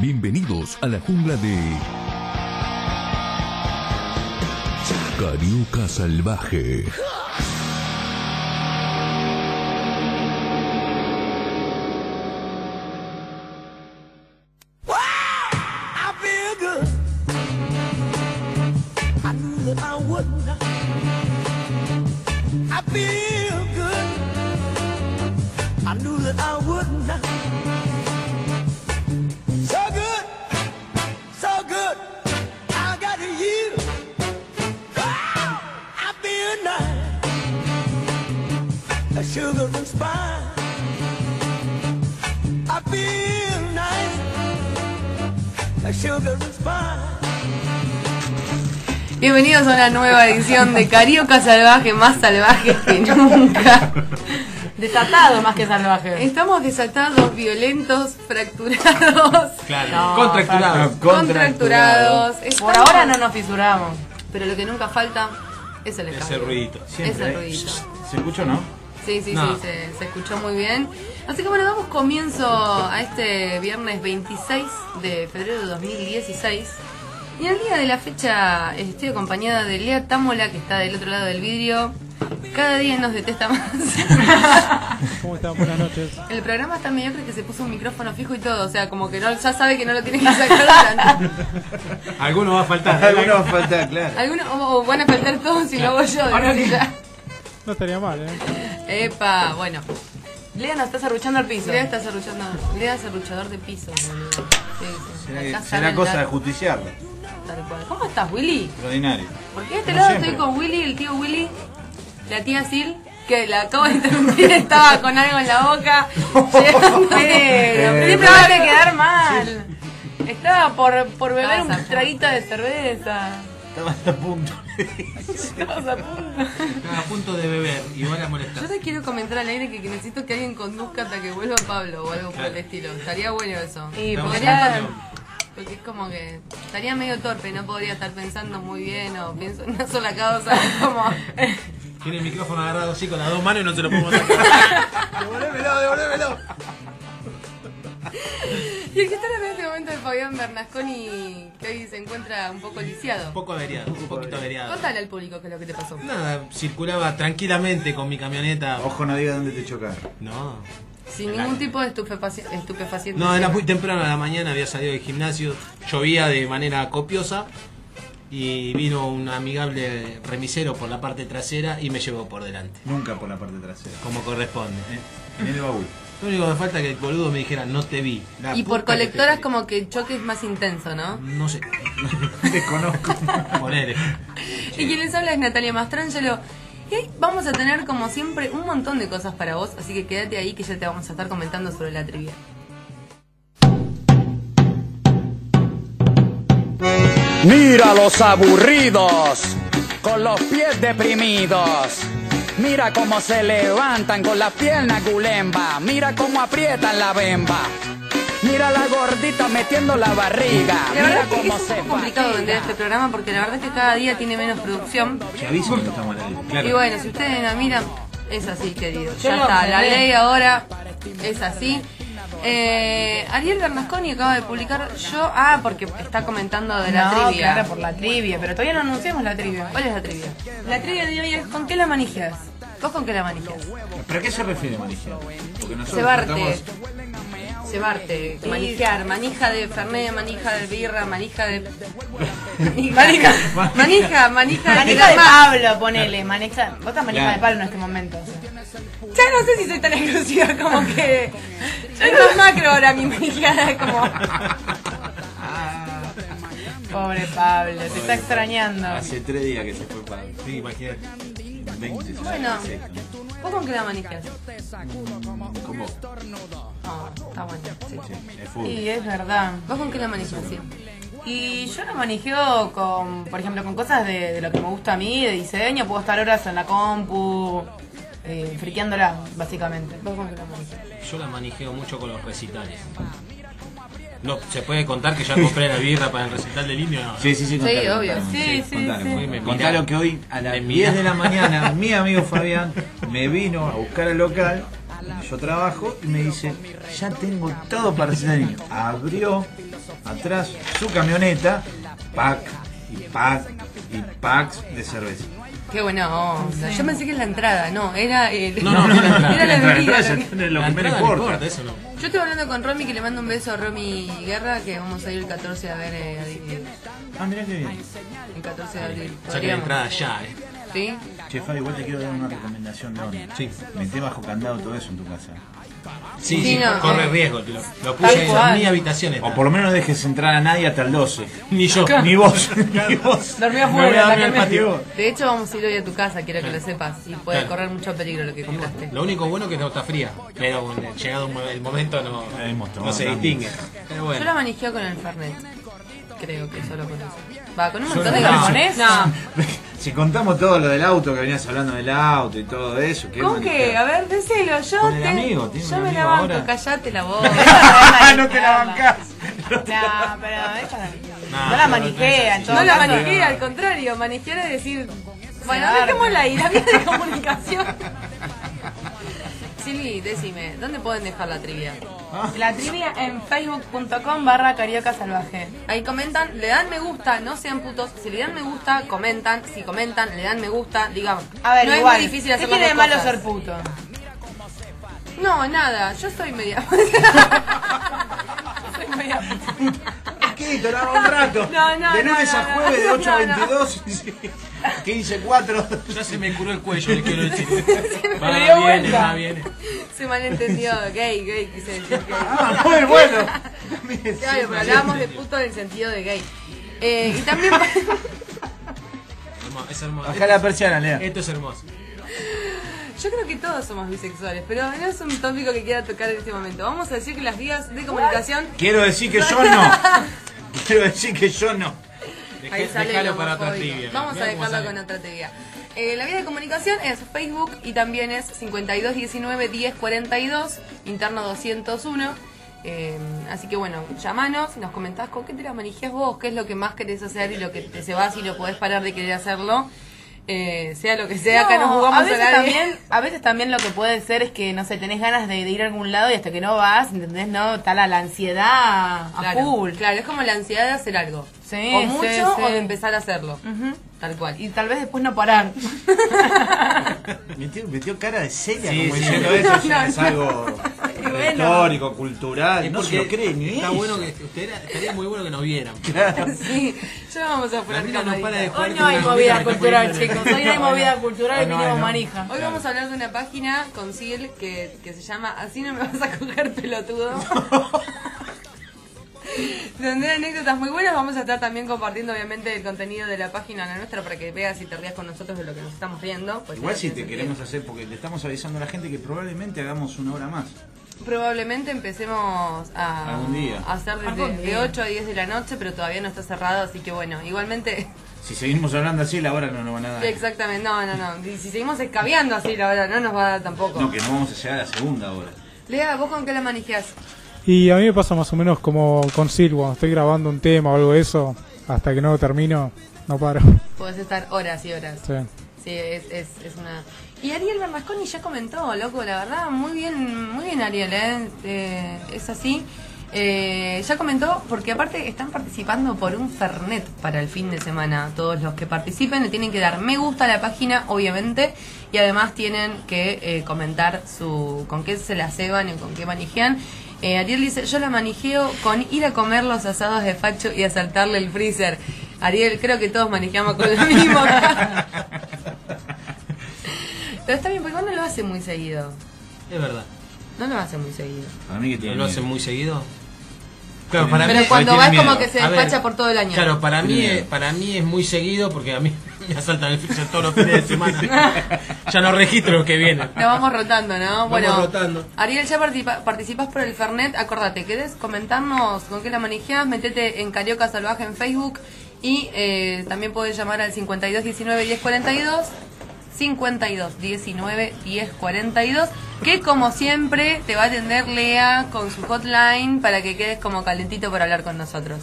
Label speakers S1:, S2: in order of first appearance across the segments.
S1: Bienvenidos a la jungla de. Carioca Salvaje.
S2: I feel good. I knew that I would. I feel good. I knew that I would. So good, so good. I got you. Ah, I feel nice. A sugar and spice. I feel nice. A sugar and spice.
S3: Bienvenidos a una nueva edición de Carioca Salvaje, más salvajes que nunca.
S4: Desatado más que salvaje.
S3: Estamos desatados, violentos, fracturados,
S5: Claro,
S4: No,
S5: contracturado.
S3: contracturados.
S4: Por
S3: Estamos-
S4: ahora no nos fisuramos.
S3: Pero lo que nunca falta es el escándalo.
S5: Ese ruidito.
S3: Es el
S5: Siempre. ¿eh?
S3: ruidito.
S6: ¿Se escuchó, no?
S3: Sí, sí,
S5: No.
S3: sí, se, se escuchó muy bien. Así que bueno, damos comienzo a este viernes 26 de febrero de 2016. Y en el día de la fecha estoy acompañada de Lea Támola, que está del otro lado del vidrio. Cada día nos detesta más.
S7: ¿Cómo están? Buenas noches.
S3: El programa está mediocre que se puso un micrófono fijo y todo. O sea, como que no, ya sabe que no lo tiene que sacar adelante.
S5: Alguno va a faltar.
S6: Alguno falta, claro.
S3: Algunos o- o van a faltar todos si lo hago yo. decís ya.
S7: No estaría mal, ¿eh?
S3: Epa, bueno.
S4: Lea nos está cerruchando el piso.
S3: Lea está serruchando. Lea es serruchador de piso, boludo. Sí, sí.
S6: Será,
S3: Acá
S6: que-
S3: saben
S6: será cosa
S3: dar-
S6: de justiciarlo.
S3: tal cual. ¿Cómo estás, Willy?
S6: Extraordinario.
S3: Porque de este
S6: Como
S3: lado
S6: siempre.
S3: estoy con Willy, el tío Willy, la tía Sil, que la acabo de interrumpir, estaba con algo en la boca. llegando. Eh,
S4: Pero, siempre vas a quedar mal. Estaba por, por beber
S3: Estabas a
S4: un
S3: punto.
S4: traguito de cerveza.
S6: Estaba hasta a punto.
S4: Estabas a punto.
S5: Estaba a punto de beber y van a
S3: Yo
S5: molestar.
S3: te quiero comentar al aire que que necesito que alguien conduzca hasta que vuelva Pablo o algo por el estilo. Estaría bueno eso.
S4: Y
S5: Estamos
S4: podría-
S5: hablando.
S3: Porque es como que estaría medio torpe, no podría estar pensando muy bien o pienso en una sola cosa. es como.
S5: Tiene el micrófono agarrado así con las dos manos y no se lo podemos sacar. devolvémelo, devolvémelo.
S3: Y el que está en este momento es Fabián Bernasconi, que hoy se encuentra un poco lisiado.
S5: Un poco averiado, un poquito averiado.
S3: Contale al público qué es lo que te pasó.
S5: Nada, circulaba tranquilamente con mi camioneta.
S6: Ojo, no diga dónde te chocar.
S5: No.
S3: Sin ningún tipo de estupefaci- estupefaciente.
S5: No, era muy temprano a la mañana, había salido del gimnasio, llovía de manera copiosa y vino un amigable remisero por la parte trasera y me llevó por delante,
S6: Nunca por la parte trasera.
S5: como corresponde.
S6: Eh, En el baúl.
S5: Lo único que me falta es que el boludo me dijera, no te vi. La
S3: Y por
S5: puta que te
S3: colectoras
S5: parió.
S3: como que el choque es más intenso, ¿no?
S5: No sé,
S6: Te conozco.
S5: ponele.
S3: Y quien les habla es Natalia Mastrangelo. Y hoy vamos a tener, como siempre, un montón de cosas para vos, así que quédate ahí que ya te vamos a estar comentando sobre la trivia.
S8: Mira los aburridos, con los pies deprimidos. Mira cómo se levantan con las piernas gulemba. Mira cómo aprietan la bemba. Mira la gordita metiendo la barriga.
S3: La verdad
S8: Mira
S3: es que
S8: cómo
S3: es un
S8: se
S3: poco complicado vender
S8: fatiga.
S3: este programa porque la verdad es que cada día tiene menos producción.
S6: Te aviso que estamos al aire.
S3: Y bueno, si ustedes la miran, es así, querido. Ya
S4: lo
S3: está, la
S4: aprendí.
S3: ley ahora es así. Eh, Ariel Bernasconi acaba de publicar yo. Ah, porque está comentando de la
S4: No,
S3: trivia.
S4: claro, por la trivia. Pero todavía no anunciamos la trivia.
S3: ¿Cuál es la trivia?
S4: La trivia de hoy es ¿con qué la manijas?
S3: ¿Vos con qué la manijas?
S6: ¿Pero a qué se refiere, Manija? Porque nosotros
S3: Cebarte.
S6: tratamos-
S3: Cebarte. Manijear. Manija de Fernet, manija de birra, manija de.
S4: Manija.
S3: Manija, manija de.
S4: Manija de
S3: Pederma.
S4: Pablo, ponele. Maneja, vos estás manija
S6: Claro.
S4: de Pablo en este momento. o sea.
S3: Ya no sé si soy tan exclusiva como que. Ya es más macro ahora mi manijada, como.
S4: Pobre Pablo, te está extrañando.
S6: Hace tres días que se fue para.
S5: Sí, imagínate.
S6: 20, se
S3: Bueno.
S6: fue.
S3: ¿Vos con qué la manijas?
S6: Con vos.
S3: Ah, está bueno. sí.
S6: Sí, el
S4: Y
S6: fútbol.
S4: es verdad.
S3: ¿Vos con qué la manejas? Sí.
S4: Y yo lo manejeo con, por ejemplo, con cosas de, de lo que me gusta a mí, de diseño. Puedo estar horas en la compu, eh, friqueándola, básicamente.
S3: ¿Vos con qué la manejas?
S5: Yo la manijeo mucho con los recitales. No, ¿se puede contar que ya compré la birra para el recital de Lino? No,
S6: Sí, sí, sí, contale,
S3: Sí, obvio.
S6: contale.
S4: Sí, sí,
S6: contale,
S4: sí.
S6: contale.
S5: Me
S6: Contalo
S5: miraron.
S6: que hoy a las
S5: Me
S6: 10 de la
S5: miraron.
S6: mañana mi amigo Fabián me vino a buscar al local donde yo trabajo y me dice, ya tengo todo para hacer el niño. Abrió atrás su camioneta, pack y pack y packs de cerveza.
S3: Qué buena onda. Yo pensé que es la entrada, no, era el- era la
S6: entrada,
S3: bebida.
S6: entrada,
S3: la-
S6: entrada, lo que menos importa. Eso no.
S3: Yo estoy hablando con Romy, que le mando un beso a Romy Guerra, que vamos a ir el 14 a ver eh, a Disney.
S6: Ah, mirá que bien.
S3: El 14 de abril.
S6: Saca la
S3: podríamos.
S6: entrada ya, eh.
S3: ¿Sí?
S9: Che, Fabio, igual te quiero dar una recomendación, Don.
S6: Sí.
S9: Meté bajo candado todo eso en tu casa.
S6: Sí,
S3: Sí,
S6: sí,
S3: no,
S6: corre
S3: eh.
S6: riesgo. Lo,
S3: Tal
S6: lo puse
S3: cual.
S6: en mi habitación. está.
S9: O por lo menos no dejes entrar a nadie hasta el 12.
S6: Ni yo.
S9: Ni vos, ni vos.
S4: Dormí
S9: Me voy a
S4: afuera,
S9: dormir
S4: la
S9: al
S4: cambié.
S9: patio.
S3: De hecho, vamos a ir hoy a tu casa, quiero que lo sepas. Y puede
S6: Claro.
S3: correr mucho peligro lo que compraste.
S6: Lo único bueno es que no está fría, pero bueno, llegado un mo- el momento no,
S9: Ahí mostró,
S6: no se
S9: también.
S6: distingue. Pero
S3: Yo la
S6: bueno,
S3: manejeo con el Fernet. Creo que solo con eso. Va, con un montón de
S6: no.
S3: garrafones. No.
S9: Si contamos todo lo del auto, que venías hablando del auto y todo eso. ¿qué
S4: ¿Con
S9: manija?
S4: qué? A ver, decilo. Yo
S9: Con el
S4: te-
S9: amigo, tiene
S4: yo
S9: un
S4: me la
S9: amigo
S4: banco.
S9: ahora.
S3: Callate la voz.
S4: Ah,
S9: no te la bancás.
S4: No, pero ella no,
S6: No,
S4: la
S6: no,
S4: manijea.
S6: no,
S4: todo
S3: No la
S4: caso.
S3: manejea, al contrario, manejear es decir, bueno,
S4: larga.
S3: dejémosla ahí, la vía de comunicación. Silvi, decime, ¿dónde pueden dejar la trivia?
S4: La trivia en facebook.com barra carioca salvaje.
S3: Ahí comentan, le dan me gusta, no sean putos, si le dan me gusta, comentan, si comentan, le dan me gusta, digamos.
S4: A ver,
S3: no
S4: igual.
S3: es muy difícil
S4: ¿Qué
S3: hacer las
S4: tiene de
S3: dos
S4: malo
S3: cosas.
S4: ser puto?
S3: No, nada, yo soy media.
S4: Soy media puta.
S9: Quito, la hago un rato.
S4: No, no,
S9: de lunes
S4: no,
S9: a
S4: no,
S9: jueves, de
S4: no,
S9: 8 a
S4: no.
S9: 22, 15, 4.
S6: ya se me curó el cuello, le quiero decir. Va,
S4: me dio
S6: viene,
S4: vuelta.
S6: va, viene.
S3: Se malentendió, gay, gay, quise decir gay.
S9: Ah, muy bueno.
S3: Claro, pero hablábamos de puto en el sentido de gay. Eh, y también
S6: Hermo- Es hermoso.
S9: Bajá la persiana, Lea.
S6: Esto es hermoso.
S3: Yo creo que todos somos bisexuales, pero no es un tópico que quiera tocar en este momento. Vamos a decir que las vías de comunicación.
S9: Quiero decir que yo no. Quiero decir que yo no.
S6: Dejé-
S3: Ahí sale
S6: dejalo
S3: lo
S6: para otra
S3: homofóbico.
S6: trivia.
S3: Vamos a
S6: Mirá cómo
S3: dejarlo
S6: sale.
S3: con otra trivia. Eh, la vía de comunicación es Facebook y también es 5219 1042, interno 201. Eh, así que bueno, llamanos, nos comentás con qué te las manejás vos, qué es lo que más querés hacer y lo que te se va si lo podés parar de querer hacerlo. Eh, sea lo que sea, acá no jugamos
S4: a
S3: a,
S4: veces
S3: nadie.
S4: también, a veces también lo que puede ser es que, no sé, tenés ganas de, de ir a algún lado y hasta que no vas, ¿entendés? No, está la, la ansiedad a
S3: Claro,
S4: full.
S3: claro, es como la ansiedad de hacer algo.
S4: Sí,
S3: o mucho
S4: sí,
S3: o
S4: sí.
S3: de empezar a hacerlo. Tal cual.
S4: Y tal vez después no parar.
S9: Metió, metió cara de seria
S6: Sí,
S9: como
S6: sí.
S9: diciendo eso, ya es algo retórico, cultural.
S6: Es
S9: no se
S6: porque
S9: lo cree ni
S6: Está
S9: ella.
S6: bueno que este, usted era- estaría muy bueno que nos vieran.
S3: Sí, ya vamos a
S6: La
S3: poner
S6: mina no
S3: camarita.
S6: para de jugar.
S4: Hoy no hay
S6: con la
S4: movida
S6: mina, me está
S4: cultural,
S6: poniendo
S4: chicos.
S6: nervioso.
S4: Hoy no hay movida cultural y
S9: no,
S4: vinimos
S9: no.
S4: manija.
S3: Hoy vamos a hablar de una página con Ciel que, que se llama Así no me vas a coger pelotudo. Donde hay anécdotas muy buenas, vamos a estar también compartiendo obviamente el contenido de la página la nuestra para que veas y te rías con nosotros de lo que nos estamos riendo. pues
S9: Igual
S3: no
S9: si
S3: tiene
S9: te
S3: sentido.
S9: queremos hacer, porque te estamos avisando a la gente que probablemente hagamos una hora más.
S3: Probablemente empecemos a,
S9: Algún día.
S3: a hacer desde
S4: Algún
S3: de
S4: día.
S3: 8 a 10 de la noche, pero todavía no está cerrado, así que bueno, igualmente,
S9: Si seguimos hablando así, la hora no nos van a dar.
S3: exactamente, no, no, no. Y si seguimos escabeando así, la verdad, no nos va a dar tampoco.
S9: No, que no vamos a llegar a la segunda hora.
S3: Lea, ¿vos con qué la manejeás?
S10: Y a mí me pasa más o menos como con Sil, cuando estoy grabando un tema o algo de eso, hasta que no lo termino, no paro.
S3: Podés estar horas y horas.
S10: Sí.
S3: Sí, es, es, es una... Y Ariel Bermasconi ya comentó, loco, la verdad, muy bien, muy bien Ariel, ¿eh? Eh, es así. Eh, ya comentó, porque aparte están participando por un Fernet para el fin de semana. Todos los que participen le tienen que dar me gusta a la página, obviamente, y además tienen que eh, comentar su con qué se la ceban y con qué manijean. Eh, Ariel dice, yo la manijeo con ir a comer los asados de Facho y asaltarle el freezer. Ariel, creo que todos manejamos con lo mismo. Pero está bien, porque vos no lo hace muy seguido.
S6: Es verdad.
S3: No lo hace muy seguido.
S9: Para mí que tiene
S6: ¿Lo hacen
S9: miedo.
S6: muy seguido? Claro, para
S3: Pero
S6: mí-
S3: cuando
S9: tiene
S3: va es
S9: miedo.
S3: como que se
S6: A ver,
S3: despacha por todo el año.
S6: Claro, para mí,
S9: Tiene
S6: es-
S9: miedo.
S6: para mí es muy seguido porque a mí me asaltan el freezer todos los fines de semana. ya no registro lo que viene.
S3: Lo vamos rotando, ¿no? bueno,
S6: rotando.
S3: Ariel, ya participa- participas por el Fernet. Acordate, ¿querés comentarnos con qué la manejás? Metete en Carioca Salvaje en Facebook y eh, también podés llamar al 5219-1042. 52 19 10 42 que como siempre te va a atender Lea con su hotline para que quedes como calentito para hablar con nosotros.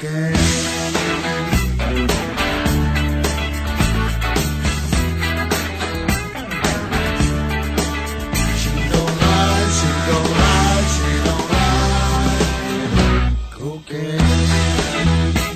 S11: cocaine. She don't lie, she don't lie, she don't lie. Cocaine.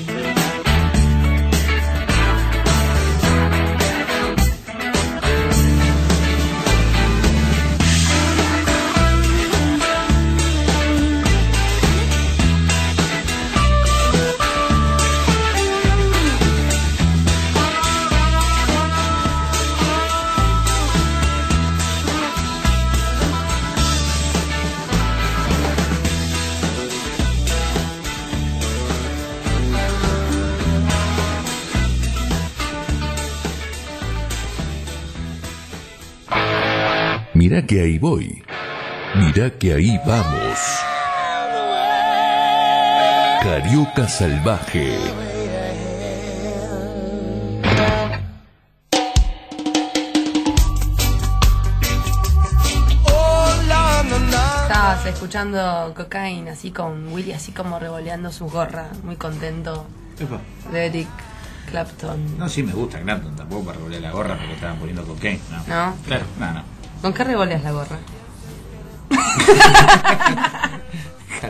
S2: Mirá que ahí voy. Mirá que ahí vamos. Carioca salvaje.
S3: Estabas escuchando Cocaine así con Willy, así como revoleando su gorra, muy contento
S6: Epa.
S3: de Eric Clapton.
S6: No, sí me gusta Clapton tampoco para revolear la gorra porque estaban poniendo cocaine. No.
S3: ¿No?
S6: Claro, no, no.
S3: ¿Con qué revoleas la gorra?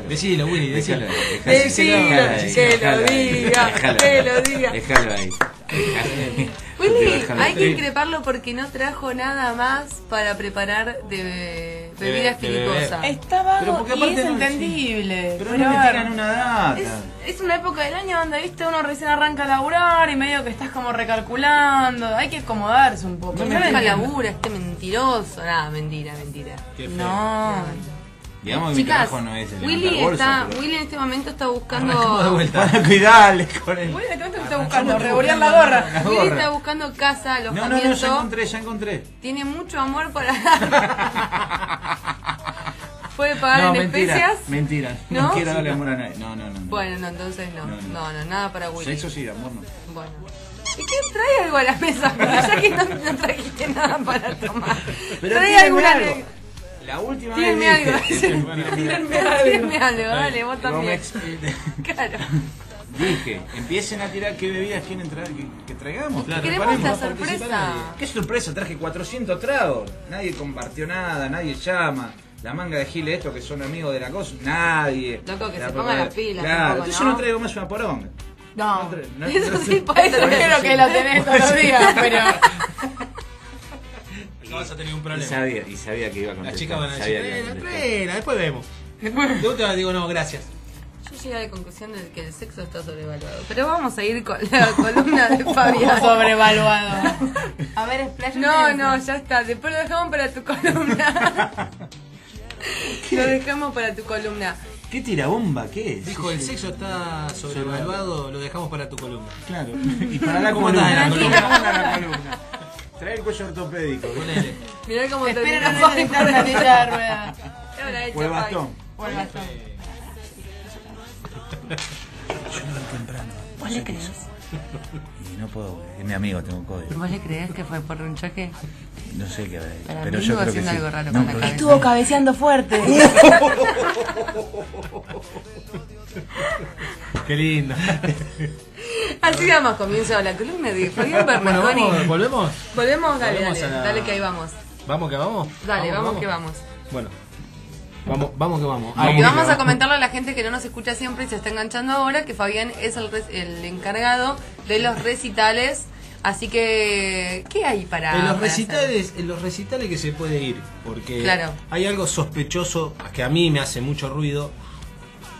S5: Decídelo, Willy, decídelo.
S3: Decilo, que
S6: Déjalo
S3: lo
S6: ahí,
S3: diga,
S6: déjalo
S3: que
S6: ahí,
S3: lo diga.
S6: Déjalo ahí. Déjalo.
S3: Willy,
S6: Déjalo
S3: hay que
S6: ahí.
S3: increparlo porque no trajo nada más para preparar de bebida
S5: de beber.
S3: espirituosa. Es,
S4: Está
S6: Pero
S4: vago
S6: porque
S4: y
S6: aparte
S4: es
S6: no-
S4: entendible.
S6: Pero
S4: Pero a
S6: no me
S4: ver,
S6: tiran una data.
S4: es una época del año donde, viste, uno recién arranca a laburar y medio que estás como recalculando. Hay que acomodarse un poco.
S3: no
S4: Yo lo
S3: deja
S4: entiendo.
S3: labura, este mentiroso. Nada, mentira, mentira.
S4: No.
S6: Digamos que mi
S3: Chicas,
S6: trabajo no es el de
S3: Willy,
S6: levantar bolsas,
S3: está,
S6: pero-
S3: Willy en este momento está
S6: Arrancamos de
S3: buscando.
S6: vuelta. Bueno, cuidale con él.
S4: Bueno, ¿qué este está buscando? Revolear la gorra.
S6: La
S3: Willy
S6: gorra.
S3: está buscando casa,
S6: No, no, no,
S3: alojamiento.
S6: ya encontré, ya encontré.
S3: Tiene mucho amor para Puede pagar
S6: No,
S3: Ah, en
S6: mentira,
S3: especias.
S6: mentira.
S3: ¿No?
S6: No, quiero darle amor a nadie. No, no, no. no.
S3: Bueno, no, entonces no. No,
S6: No,
S3: no,
S6: no.
S3: nada para Willy.
S6: Sexo sí, amor no.
S3: Bueno. ¿Y qué trae algo a la mesa? Porque ya que no, no trajiste nada para tomar. trae
S6: tírenme
S3: alguna.
S6: algo. La última vez
S3: Tírenme algo.
S6: dije,
S3: Tírenme algo. Tírenme algo, dale, vos
S6: Vos me
S3: también.
S6: ex- eh,
S3: Claro.
S6: Dije, empiecen a tirar qué bebidas quieren traer, que, que traigamos. Claro,
S3: Queremos la
S6: preparemos.
S3: sorpresa.
S6: Qué sorpresa, traje 400 tragos. Nadie compartió nada, nadie llama. La manga de giles estos que son amigos de la cosa, nadie.
S3: Loco, que
S6: La
S3: se
S6: propia-
S3: pongan las pilas
S6: Claro,
S3: un poco,
S6: entonces
S3: ¿no?
S6: yo no traigo más una poronga.
S4: No.
S6: tra- no-
S3: Eso
S6: no-
S3: sí puede
S4: Eso creo que lo tenés todos los días, pero.
S5: Vas a tener un
S6: Y
S5: problema.
S6: sabía, y sabía que iba a contestar.
S5: Las chicas van a decir,
S6: sabía que iba a
S5: "Eh, la
S6: contestar.
S5: plena, después vemos. De última digo, no, gracias.
S3: Yo llegué a la conclusión de que el sexo está sobrevalorado. Pero vamos a ir con la columna de Fabián.
S4: Sobrevaluado. A ver, expláyate.
S3: No, no, ya está. Después lo dejamos para tu columna. Lo dejamos para tu columna.
S6: ¿Qué tirabomba qué es?
S5: Dijo, el sexo está sobrevaluado, lo dejamos para tu columna.
S6: Claro. Y para la
S5: ¿Cómo andás de
S6: columna.
S5: la columna?
S6: la columna. Trae el cuello ortopédico.
S5: Ponele.
S3: Mirá cómo
S4: Espero
S3: terminó
S4: no necesitar una silla de ruedas.
S3: ¿Qué habrá hecho
S6: O el
S3: Fabi?
S6: bastón.
S4: O el bastón.
S3: ¿Vos le crees?
S6: Y no puedo, es mi amigo, tengo código.
S3: ¿Vos le crees que fue por un choque?
S6: No sé qué habrá hecho.
S3: Para
S6: pero
S3: mí
S6: yo
S3: estuvo
S6: creo que
S3: haciendo
S6: sí.
S3: algo raro
S6: No,
S3: con la
S6: pero-
S3: cabeza.
S4: Estuvo cabeceando fuerte.
S5: Qué lindo.
S3: Así damos comienzo a la columna de Fabián
S5: Bueno,
S3: Bernasconi.
S5: vamos, volvemos.
S3: Volvemos, dale,
S5: Volvemos
S3: dale,
S5: a la-
S3: dale que ahí vamos.
S5: ¿Vamos que vamos?
S3: Dale, vamos, que vamos.
S5: Bueno. Vamos, vamos que vamos.
S3: Y
S5: Ahí.
S3: vamos a comentarle a la gente que no nos escucha siempre y se está enganchando ahora que Fabián es el, res- el encargado de los recitales. Así que, ¿qué hay para.?
S5: En los
S3: para hacer?
S5: recitales, en los recitales que se puede ir, porque
S3: Claro.
S5: hay algo sospechoso que a mí me hace mucho ruido.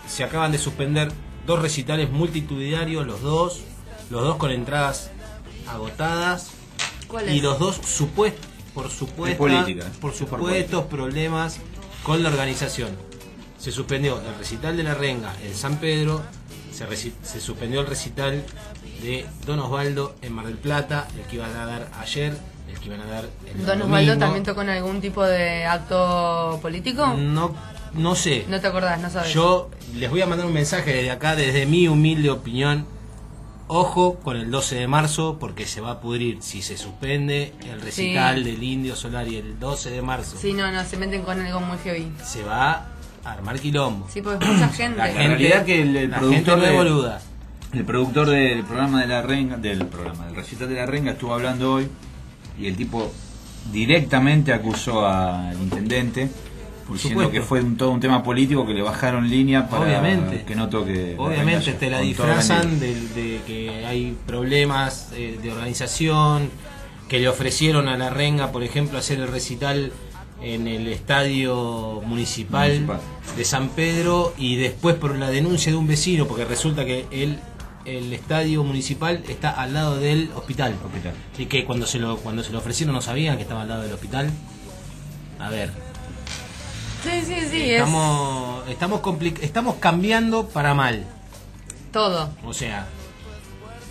S5: Se acaban de suspender dos recitales multitudinarios, los dos, los dos con entradas agotadas
S3: ¿Cuál
S5: y
S3: es?
S5: los dos supuest- por supuesta-
S6: Por política.
S5: por supuestos problemas con la organización. Se suspendió el recital de la Renga en San Pedro, se, reci- se suspendió el recital de Don Osvaldo en Mar del Plata, el que iban a dar ayer, el que iban a dar el
S3: ¿Don
S5: domingo.
S3: Osvaldo también tocó en algún tipo de acto político?
S5: No, no sé.
S3: No te acordás, no sabes.
S5: Yo les voy a mandar un mensaje desde acá, desde mi humilde opinión. Ojo con el 12 de marzo porque se va a pudrir si se suspende el recital del Indio Solar y el 12 de marzo.
S3: Sí, no, no, se meten con algo muy heavy.
S5: Se va armar quilombo.
S3: Sí, porque es mucha gente.
S6: La realidad que el- el
S5: la gente
S6: productor
S5: no es
S6: de-
S5: boluda.
S6: El productor del programa de la renga, del programa, del recital de la renga estuvo hablando hoy y el tipo directamente acusó al intendente por diciendo
S5: supuesto.
S6: que fue un, todo un tema político que le bajaron línea para
S5: Obviamente.
S6: que no toque. la
S5: Obviamente
S6: renga,
S5: te la
S6: con todo
S5: disfrazan
S6: vendido.
S5: de, de que hay problemas eh, de organización, que le ofrecieron a la renga, por ejemplo, hacer el recital en el estadio municipal,
S6: Municipal.
S5: de San Pedro y después por la denuncia de un vecino, porque resulta que el, el estadio municipal está al lado del hospital.
S6: Hospital.
S5: Y que cuando se lo, cuando se lo ofrecieron no sabían que estaba al lado del hospital. A ver,
S3: Sí, sí, sí, es
S5: estamos, estamos, compli- estamos cambiando para mal.
S3: todo.
S5: O sea,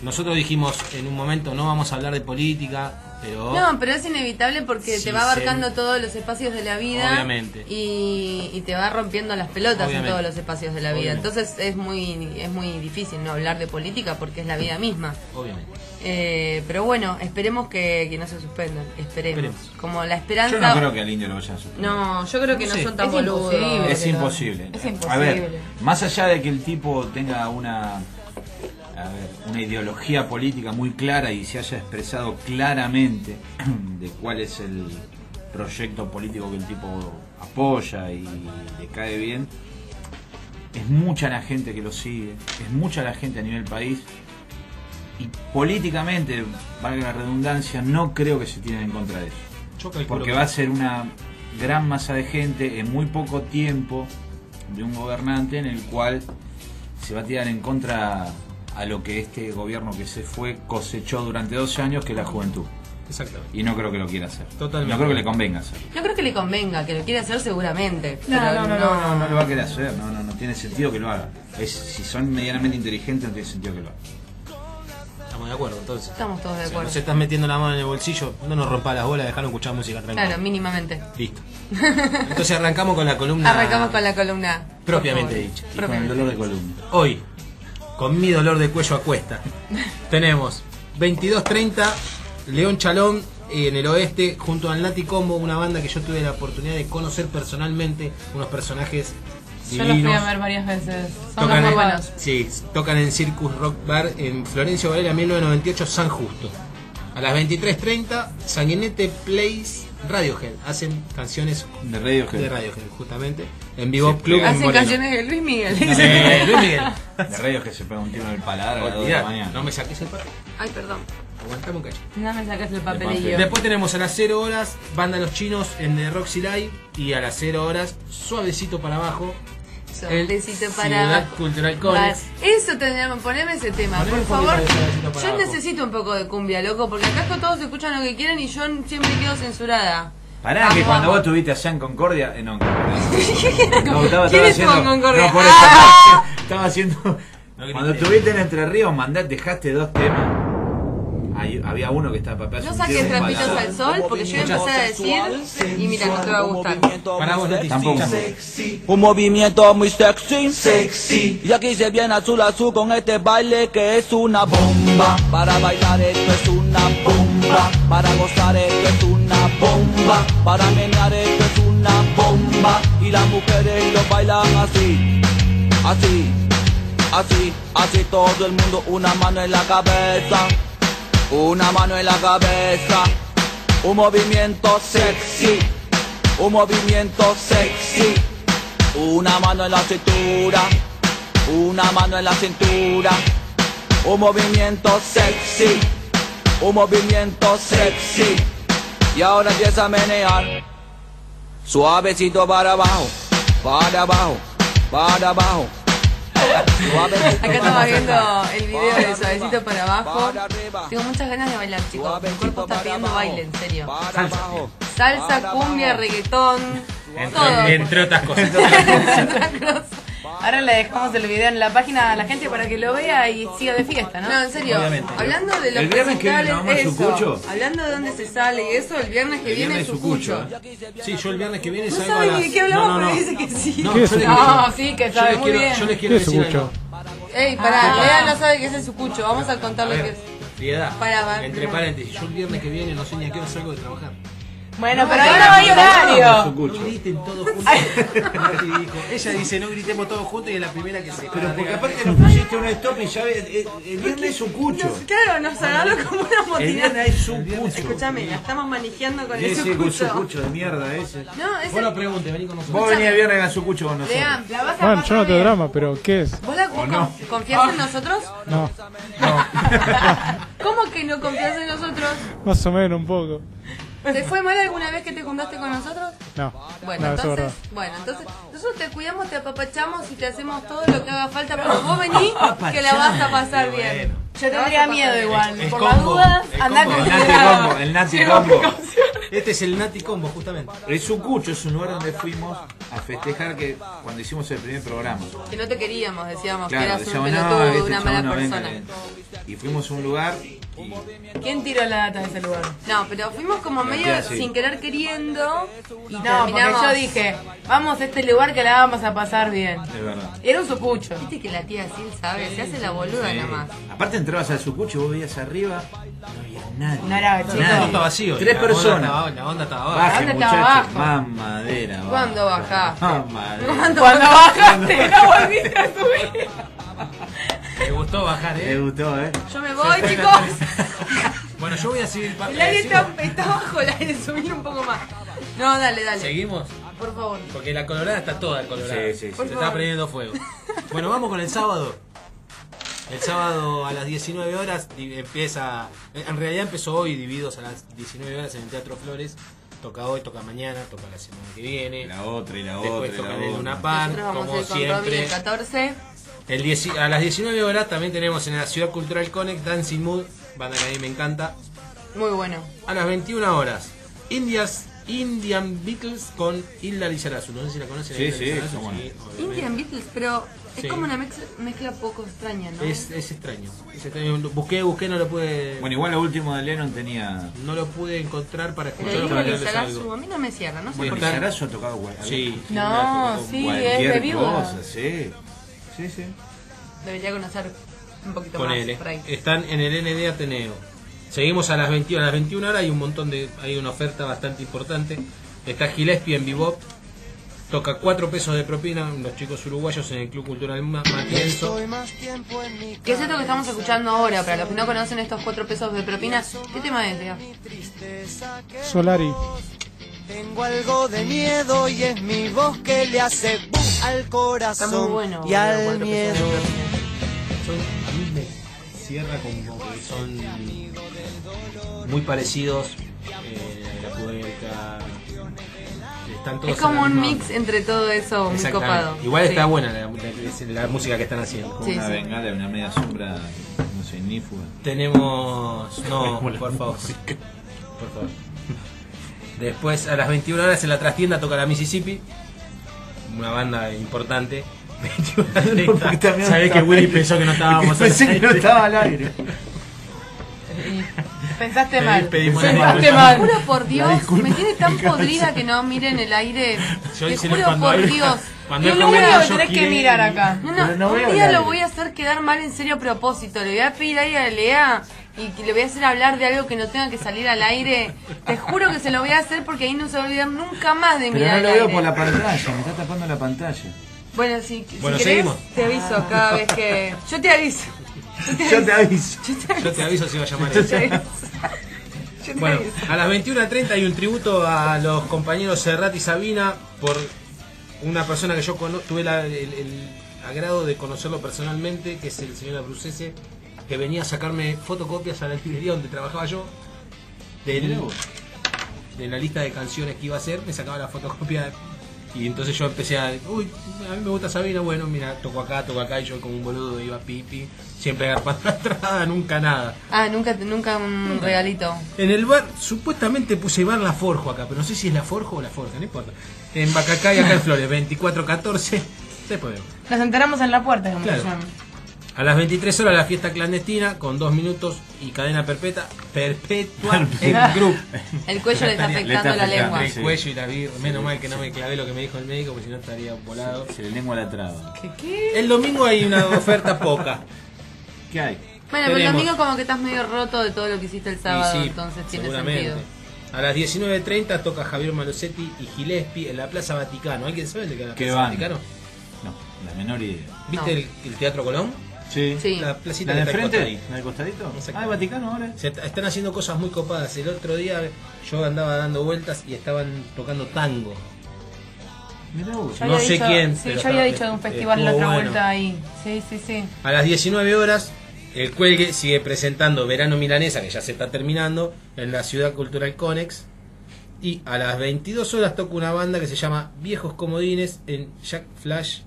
S5: nosotros dijimos en un momento no vamos a hablar de política, pero
S3: No, pero es inevitable porque
S5: Oh. Sí,
S3: te va abarcando
S5: se-
S3: todos los espacios de la vida.
S5: Obviamente.
S3: Y, y te va rompiendo las pelotas
S5: Obviamente.
S3: en todos los espacios de la vida.
S5: Obviamente.
S3: Entonces es muy, es muy difícil no hablar de política porque es la vida misma.
S5: obviamente.
S3: Eh, pero bueno, esperemos que, que no se suspendan. Esperemos.
S5: Esperemos.
S3: Como la esperanza.
S6: Yo no creo que al indio lo vayan a suspender.
S3: No, yo creo que
S5: No
S3: no,
S5: sé.
S3: son tan
S4: Es
S3: boludos.
S4: imposible.
S6: Es imposible.
S4: Es imposible.
S6: A ver, más allá de que el tipo tenga una a ver, una ideología política muy clara y se haya expresado claramente de cuál es el proyecto político que el tipo apoya y le cae bien, es mucha la gente que lo sigue, es mucha la gente a nivel país y políticamente, valga la redundancia, no creo que se tienen en contra de eso.
S5: Yo calculo
S6: Porque
S5: que-
S6: va a ser una gran masa de gente en muy poco tiempo de un gobernante en el cual se va a tirar en contra a lo que este gobierno que se fue cosechó durante 12 años, que es la juventud.
S5: Exactamente.
S6: Y no creo que lo quiera hacer.
S5: Totalmente.
S6: No creo que le convenga hacerlo.
S3: No creo que le convenga, que lo quiera hacer seguramente. pero
S6: no, no lo va a querer hacer. No, no, no tiene sentido que lo haga. Es, si son medianamente inteligentes, no tiene sentido que lo haga.
S5: Estamos de acuerdo entonces.
S3: Estamos todos de
S5: O sea,
S3: acuerdo.
S5: nos estás metiendo la mano en el bolsillo, no nos rompa las bolas, dejaron escuchar música tranquila.
S3: Claro, mínimamente.
S5: Listo. Entonces arrancamos con la columna.
S3: Arrancamos con la columna. por
S5: Propiamente
S3: favor.
S5: dicha.
S6: Y con el
S3: Propiamente.
S6: dolor de columna.
S5: Hoy, con mi dolor de cuello a cuesta, tenemos 22.30, León Chalón eh, en el oeste, junto a Nati Combo, una banda que yo tuve la oportunidad de conocer personalmente, unos personajes
S4: Yo
S5: divinos.
S4: los fui a ver varias veces. Son
S5: Tocan
S4: muy
S5: en,
S4: buenos.
S5: sí, tocan en Circus Rock Bar en Florencio Varela 1998, San Justo. A las 23.30, Sanguinete Plays Radiohead. Hacen canciones
S6: De radio
S5: de Radiohead, justamente. En Vivo
S6: Sí,
S5: Club. en
S3: Hacen
S5: Moreno.
S3: canciones de Luis Miguel.
S5: Eh, Luis Miguel.
S6: De radio que se pega un tiro en el paladar a las dos de la
S5: Olvidate,
S6: mañana.
S5: no me saques el parque.
S3: Ay, perdón.
S5: Aguantame un cacho.
S4: No me sacas el papelillo.
S6: papel.
S5: Después tenemos a las 0 horas Banda Los Chinos en The Roxy Live y a las 0 horas Suavecito para abajo. El
S3: Besito
S5: Ciudad
S3: para abajo.
S5: Cultural Conex.
S3: Vale. Eso tendríamos, poneme ese tema,
S5: Poneme
S3: por
S5: un poquito
S3: favor.
S5: de Ciudadcito para
S3: Yo
S5: abajo.
S3: necesito un poco de cumbia, loco, porque acá todos escuchan lo que quieren y yo siempre quedo censurada.
S6: Pará, que
S3: Vamos,
S6: cuando
S3: vamos.
S6: vos estuviste allá en Concordia, eh, no, en Concordia. No, estaba,
S3: ¿Quién
S6: estaba
S3: estuvo
S6: haciendo,
S3: en Concordia?
S6: No, por eso,
S3: ¡Ah!
S6: estaba haciendo.
S5: grites.
S6: cuando estuviste en Entre Ríos, mandate, dejaste dos temas. Ahí había uno que estaba papá.
S3: No saques trapitos al sol porque yo iba a empezar a decir y mira, no te va a gustar.
S5: Para vos, Nati.
S6: Tampoco.
S12: Un movimiento muy sexy, sexy. Y aquí se viene azul azul con este baile que es una bomba. Para bailar esto es una bomba. Para gozar esto es una bomba. Para menear esto es una bomba. Y las mujeres lo bailan así, así, así, así todo el mundo. Una mano en la cabeza, una mano en la cabeza. Un movimiento sexy, un movimiento sexy. Una mano en la cintura, una mano en la cintura. Un movimiento sexy, un movimiento sexy. Y ahora empieza a menear. Suavecito para abajo, para abajo, para abajo. Suavecito
S3: Acá
S12: para
S3: estaba viendo
S12: abajo,
S3: el video de
S12: para
S3: Suavecito
S12: arriba,
S3: para abajo.
S12: para arriba.
S3: Tengo muchas ganas de bailar, chicos. Mi cuerpo está pidiendo baile, en serio.
S12: Salsa.
S3: Salsa, cumbia, reggaetón, todo.
S5: Entre otras cosas.
S4: Ahora le dejamos el video en la página a la gente para que lo vea y siga de fiesta, ¿no?
S3: No, en serio, hablando de los
S6: El viernes que viene,
S3: recitales,
S6: ¿no? Vamos a
S3: eso,
S6: Sucucho.
S3: hablando de dónde se sale y eso, el viernes que
S6: El
S3: viene es
S6: viernes
S3: Sucucho.
S6: Sucucho.
S5: Sí, yo el viernes que viene
S3: No
S5: salgo
S3: sabe ni
S5: a las-
S3: de qué hablamos,
S5: No, no,
S3: pero
S5: no.
S3: dice que sí.
S5: No,
S10: ¿Qué es
S5: yo les
S10: eso?
S5: quiero-
S4: No, sí, que
S5: yo
S4: sabe
S5: les
S4: muy
S5: quiero-
S4: bien.
S5: yo les quiero
S10: ¿Qué es
S5: decir
S10: Sucucho?
S5: algo.
S3: Ey, pará,
S4: Ah.
S3: Lea no sabe qué es el Sucucho, vamos a contarle
S5: A
S3: qué
S5: ver,
S3: es.
S5: Piedad,
S3: Para, para.
S5: entre paréntesis, yo el viernes que viene no sé ni a qué hora salgo de trabajar.
S4: Bueno, pero ahora va a
S6: no,
S4: horario.
S6: no, Sucucho.
S5: griten todos juntos. Nati dijo, ella dice, no gritemos todos juntos y es la primera que se
S6: Pero porque
S5: larga.
S6: aparte nos pusiste un stop y ya ves, eh, el viernes es Sucucho.
S4: Claro, nos agarró como una
S6: El
S4: motinada.
S6: viernes es Sucucho.
S4: Escúchame, la estamos manejando con el
S6: Ese con
S4: sucucho.
S6: Sucucho de mierda ese.
S3: No, es
S5: Vos no preguntes, vení con nosotros.
S6: Vos venís el viernes con Sucucho con nosotros.
S3: Lea, la vas a
S10: Bueno,
S3: pasar
S10: yo no tengo
S3: bien.
S10: drama, pero ¿qué es?
S3: ¿Vos, la, vos
S6: no. Ah.
S3: con- confiás en nosotros?
S10: No,
S3: ¿Cómo que no confías en nosotros?
S10: más o menos un poco.
S3: ¿Te fue mal alguna vez que te juntaste con nosotros?
S10: No,
S3: Bueno,
S10: no, eso es
S3: entonces,
S10: verdad.
S3: bueno, entonces, nosotros te cuidamos, te apapachamos y te hacemos todo lo que haga falta, pero vos venís que la vas a pasar bien.
S4: Yo tendría miedo igual.
S5: El
S4: Por las
S5: combo,
S4: dudas,
S5: el
S4: andá
S5: combo,
S4: con
S6: El Nati Combo, el Nati Combo.
S5: Este es el Nati Combo, justamente.
S6: El Sucucho es un lugar donde fuimos a festejar que cuando hicimos el primer programa.
S3: Que no te queríamos, decíamos que
S6: Claro,
S3: eras un
S6: decíamos,
S3: pelotudo,
S6: no, este
S3: una
S6: chabón
S3: mala
S6: no
S3: persona.
S6: venga. Y fuimos a un lugar y
S4: ¿Quién tiró la data de ese lugar?
S3: No, pero fuimos como medio
S6: tía, sí.
S3: sin querer queriendo y
S4: No, porque
S3: terminamos.
S4: yo dije, vamos a este lugar que la vamos a pasar bien.
S6: es verdad.
S4: Y era un sucucho.
S3: Viste que la tía Sil sabe, se hace la boluda
S6: Eh,
S3: nomás.
S6: aparte entrabas al Sucucho y vos veías arriba, no había nadie.
S4: No era
S5: No,
S4: chico.
S6: Nadie.
S5: no, está vacío.
S6: Tres
S5: La
S6: personas.
S5: onda estaba- La onda estaba abajo.
S6: Bajen,
S4: ¿Dónde estaba
S6: muchachos.
S4: abajo?
S6: Mamadera. bajo.
S3: ¿Cuándo bajaste?
S6: Mamadera.
S4: Cuando bajaste, no volviste a subir.
S5: Me gustó bajar,
S6: Me
S5: eh.
S6: gustó, ¿eh?
S3: Yo me voy, chicos.
S5: Bueno, yo voy a seguir parte
S3: El aire
S5: ¿Seguimos?
S3: está, está bajo, el aire subir un poco más. No, dale, dale,
S5: Seguimos,
S3: por favor.
S5: porque la colorada está toda colorada.
S6: Sí, sí, sí.
S5: Se está prendiendo fuego. Bueno, vamos con el sábado. El sábado a las 19 horas di- empieza. En realidad empezó hoy, divididos a las 19 horas en el Teatro Flores. Toca hoy, toca mañana, toca la semana que viene.
S6: La otra y la otra
S5: Después
S6: y la
S5: tocan en
S6: otra.
S5: una par,
S3: Nosotros vamos a
S5: Ah, como
S3: ir con Romy
S5: siempre.
S3: el 14.
S5: El dieci- a las 19 horas también tenemos en la Ciudad Cultural Connect Dancing Mood, banda que a mí me encanta.
S3: Muy bueno.
S5: A las 21 horas, Indias, Indian Beatles con Hilda Lizarazu. No sé si la conocen. a
S6: Sí,
S5: Hilda
S6: sí,
S5: Lizarazu,
S6: cómo no.
S5: obviamente.
S3: Indian Beatles, pero es
S5: Sí.
S3: como una mezcla, mezcla poco extraña, ¿no?
S5: Es, es extraño. es extraño. Lo Busqué, busqué, no lo pude.
S6: Bueno, igual lo último de Lennon tenía.
S5: no lo pude encontrar para
S3: pero
S5: escuchar.
S3: el
S5: para
S3: libro de
S5: leerles
S3: Sarazu
S5: algo.
S3: a mí no me cierra, no sé
S5: Voy a
S6: Bueno,
S5: estar-
S6: Lizarazo ha tocado cual-
S5: Sí.
S4: No, sí, es de
S6: cualquier
S4: viuda.
S6: cosa, sí. Sí, sí.
S3: Debería conocer un poquito
S5: Con
S3: más
S5: él.
S3: por ahí.
S5: Están en el ND Ateneo. Seguimos a las 21, a las 21 horas hay un montón de hay una oferta bastante importante. Está Gillespie en Bebop. Toca 4 pesos de propina los chicos uruguayos en el Club Cultural Ma- Matienzo.
S3: ¿Qué es esto que estamos escuchando ahora? Para los que no conocen estos cuatro pesos de propina, ¿qué tema es, Lea?
S10: Solari.
S11: Tengo algo de miedo y es mi voz que le hace boom al
S3: Está
S11: corazón
S3: muy bueno.
S11: y
S3: boludo,
S11: al
S3: cuatro pesos de
S11: miedo.
S3: propina.
S5: Son- a mí me cierra como que son muy parecidos. eh, la Puerta, están todos
S3: Es
S5: en
S3: como
S5: la
S3: un
S5: misma
S3: mix
S5: onda.
S3: entre todo eso, muy
S5: Exactamente.
S3: copado.
S5: Igual está
S3: Sí.
S5: buena la, la- la música que están haciendo.
S6: Con
S3: Sí,
S6: una
S3: sí.
S6: bengala y una media sombra, no sé, nífuga.
S5: Tenemos. No, por favor. Por favor. Después, a las 21 horas en la trastienda toca la Mississippi. Una banda importante. 21 a 30.
S6: porque también
S5: Sabés que
S6: estaba
S5: Willy
S6: ahí.
S5: pensó que no estábamos
S6: Pensé que no estaba al aire.
S4: Pensaste mal.
S5: pedimos la
S4: Pensaste
S5: disculpa.
S4: mal.
S3: Juro por Dios, me tiene tan podrida que no miren el aire.
S5: Yo
S3: Te
S5: hice
S3: juro
S5: cuando
S3: por
S5: hay-
S3: Dios.
S5: cuando
S4: Yo
S5: hay
S4: lo único
S5: problema,
S4: que
S5: yo
S4: tenés que
S5: giré
S4: mirar
S5: y-
S4: acá.
S3: No, no,
S6: Pero no veo
S3: un
S6: el
S3: día
S6: aire.
S3: lo voy a hacer quedar mal en serio a propósito. Le voy a pedir ahí a Lea y que le voy a hacer hablar de algo que no tenga que salir al aire. Te juro que se lo voy a hacer porque ahí no se va a olvidar nunca más de
S6: Pero no
S3: mirar
S6: lo
S3: el
S6: veo
S3: aire.
S6: por la pantalla, me está tapando la pantalla.
S3: Bueno, si, si
S5: Bueno,
S3: querés,
S5: seguimos.
S3: te aviso cada vez que... Yo te aviso.
S6: Yo te aviso.
S5: Yo te aviso si va a llamar
S3: Yo te
S5: él.
S3: aviso. Yo te
S5: Bueno,
S3: aviso.
S5: a las 21.30 hay un tributo a los compañeros Serrat y Sabina por una persona que yo cono- tuve la- el, el agrado de conocerlo personalmente, que es el señor Abrucese, que venía a sacarme fotocopias a la librería donde trabajaba yo, del- de la lista de canciones que iba a hacer, me sacaba la fotocopia y entonces yo empecé a, uy, a mí me gusta Sabina, bueno, mira, toco acá, toco acá, y yo como un boludo iba pipi, siempre agarpando atrás, nunca nada.
S3: Ah, nunca, nunca un regalito.
S5: En el bar, supuestamente puse bar La Forjo acá, pero no sé si es La Forjo o La Forja, no importa. En Bacacay, acá en Flores, 24-14. Después vemos.
S4: Nos enteramos en la puerta, como
S5: Claro.
S4: se llama.
S5: A las 23 horas la fiesta clandestina con dos minutos y cadena perpetua, perpetua en grupo.
S3: El cuello le está
S5: Tania,
S3: afectando
S6: le está
S3: la
S6: afectando,
S3: lengua.
S5: El
S6: Ah, sí.
S5: cuello y la birra. Menos mal que no me clavé lo que me dijo el médico, porque si no estaría volado.
S6: Se le lengua la traba.
S5: El domingo hay una oferta poca.
S6: ¿Qué hay?
S3: Bueno, pero el
S5: Tenemos.
S3: domingo como que estás medio roto de todo lo que hiciste el sábado,
S5: Y sí,
S3: entonces tiene
S5: seguramente.
S3: sentido.
S5: A las 19.30 toca Javier Malosetti y Gillespie en la Plaza Vaticano. ¿Alguien sabe de qué es la
S6: ¿Qué
S5: Plaza
S6: van?
S5: Vaticano?
S6: No, la menor idea.
S5: ¿Viste
S3: No.
S5: el, el Teatro Colón?
S6: Sí.
S3: Sí.
S5: La placita
S6: ¿La de
S5: que está al
S6: frente?
S5: costadito.
S6: ¿La del costadito?
S5: Exacto.
S6: Ah, el Vaticano ahora.
S5: Se est- están haciendo cosas muy copadas. El otro día yo andaba dando vueltas y estaban tocando tango.
S6: Mirá vos.
S5: No sé quién,
S4: Sí,
S5: pero
S4: yo había
S5: está-
S4: dicho de un
S5: eh,
S4: festival la
S5: estuvo
S4: otra
S5: bueno.
S4: vuelta ahí. Sí, sí, sí.
S5: A las 19 horas, el Cuelgue sigue presentando Verano Milanesa, que ya se está terminando, en la Ciudad Cultural Conex. Y a las 22 horas toca una banda que se llama Viejos Comodines en Jack Flash,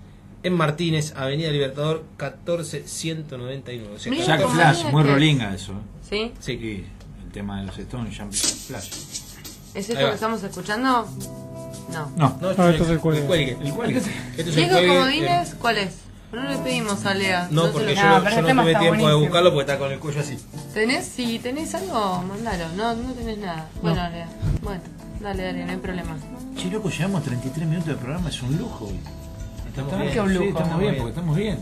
S5: en Martínez, Avenida Libertador, 14199. O sea,
S3: Mirá
S6: Jack
S3: como
S6: Flash,
S3: mira
S6: muy
S3: que-
S6: rolinga eso. ¿eh?
S3: ¿Sí?
S5: Sí.
S6: Sí, el tema de los Stones, Jump Jack Flash.
S3: ¿Es
S5: Ahí
S3: esto
S5: va.
S3: que estamos escuchando? No.
S6: No,
S5: No,
S10: Ah, esto es el Cuelgue.
S5: El Cuelgue. Esto es el
S3: Diego
S5: Cuelgue,
S3: Comodines, ¿cuál es? No le pedimos a Lea.
S5: eh, No,
S3: se
S5: porque
S3: lo-
S5: yo,
S4: No,
S5: no-
S4: pero
S5: yo
S4: el
S5: no
S4: tema
S5: tuve
S4: está
S5: tiempo de
S4: buenísimo.
S5: buscarlo porque está con el cuello así.
S3: ¿Tenés, si tenés algo, mandalo. No, no tenés nada. Bueno, Lea. Bueno, dale, dale, no hay problema.
S6: Che, loco, llevamos 33 minutos de programa, es un lujo.
S5: Estamos
S6: Está
S5: bien.
S6: bien,
S4: un
S6: sí,
S4: lujo.
S6: estamos bien, porque estamos bien.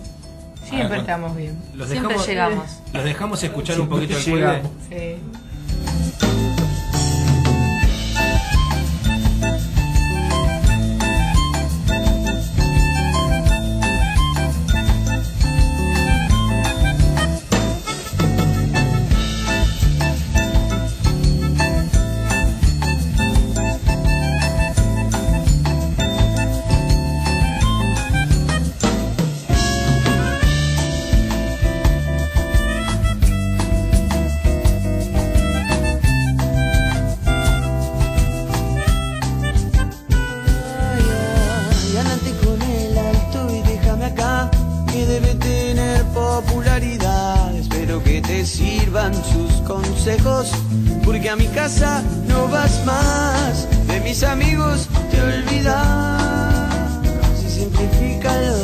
S4: Siempre
S5: con-
S4: estamos bien.
S5: Ah, Los
S3: Siempre
S5: dejamos,
S3: llegamos.
S5: Los dejamos escuchar un poquito el
S6: Llegamos.
S5: Cuelgue.
S4: Sí.
S11: Y andate con el alto y déjame acá que debe tener popularidad. Espero que te sirvan sus consejos, porque a mi casa no vas más. De mis amigos te olvidas. Si simplifícalo.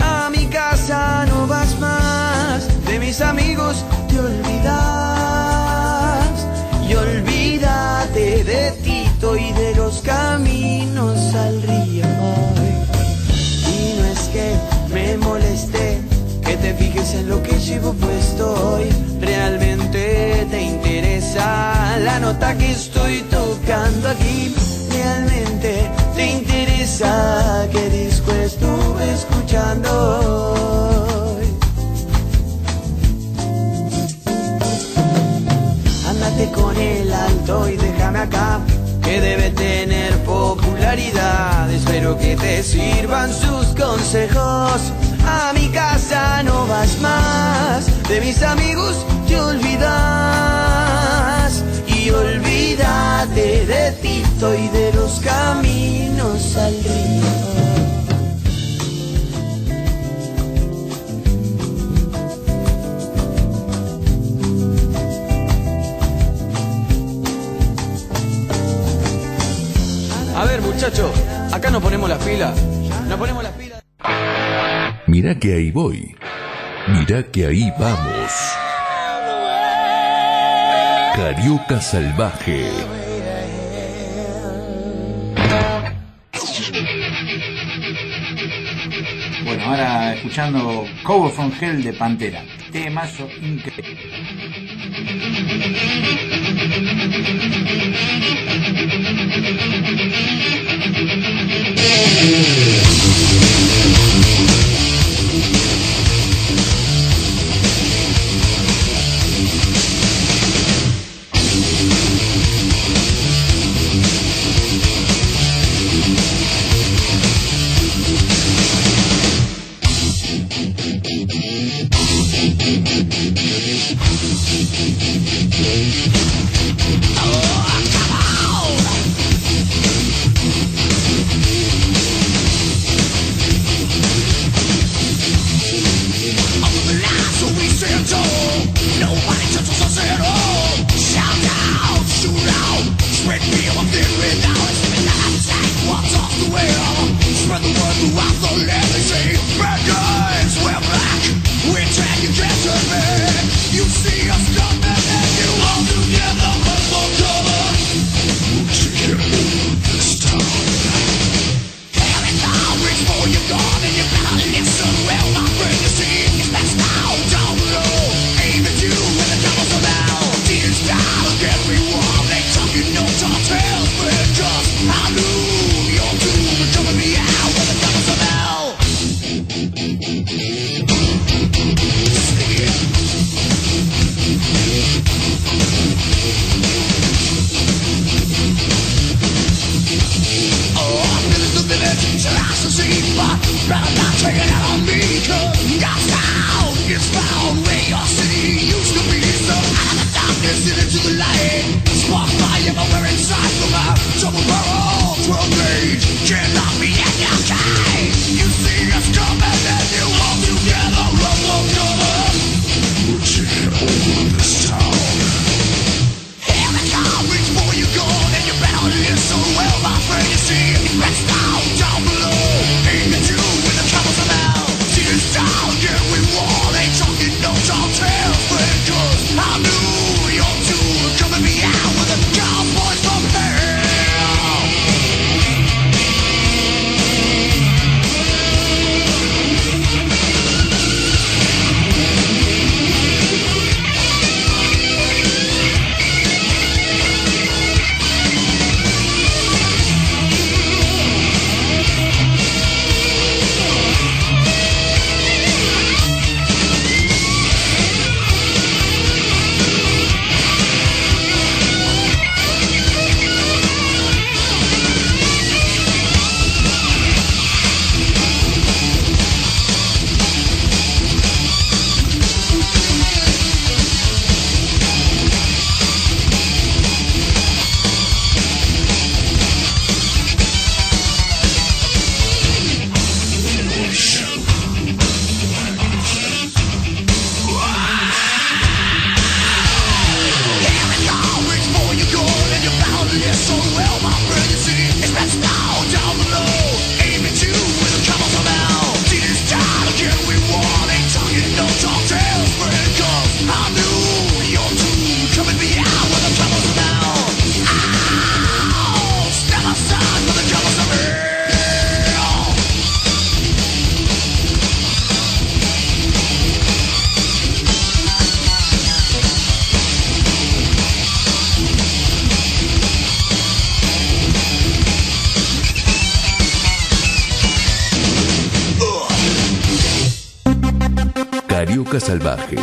S11: A mi casa no vas más, de mis amigos te olvidas y olvídate de Tito y de los caminos al río. Y no es que me moleste que te fijes en lo que llevo puesto hoy. Realmente te interesa la nota que estoy tocando aquí. Realmente te interesa qué disco estuve escuchando hoy. Ándate con el alto y déjame acá, que debe tener popularidad. Espero que te sirvan sus consejos. A mi casa no vas más, de mis amigos te olvidas. Y olvídate de Tito y de los caminos al río.
S12: A ver, muchachos, acá nos ponemos las pilas. Nos ponemos las pilas.
S2: Mirá que ahí voy. Mirá que ahí vamos. Carioca Salvaje.
S6: Bueno, ahora escuchando Cobo from Hell de Pantera. Temazo increíble.
S11: You see us coming and you won't do
S2: Carioca Salvaje.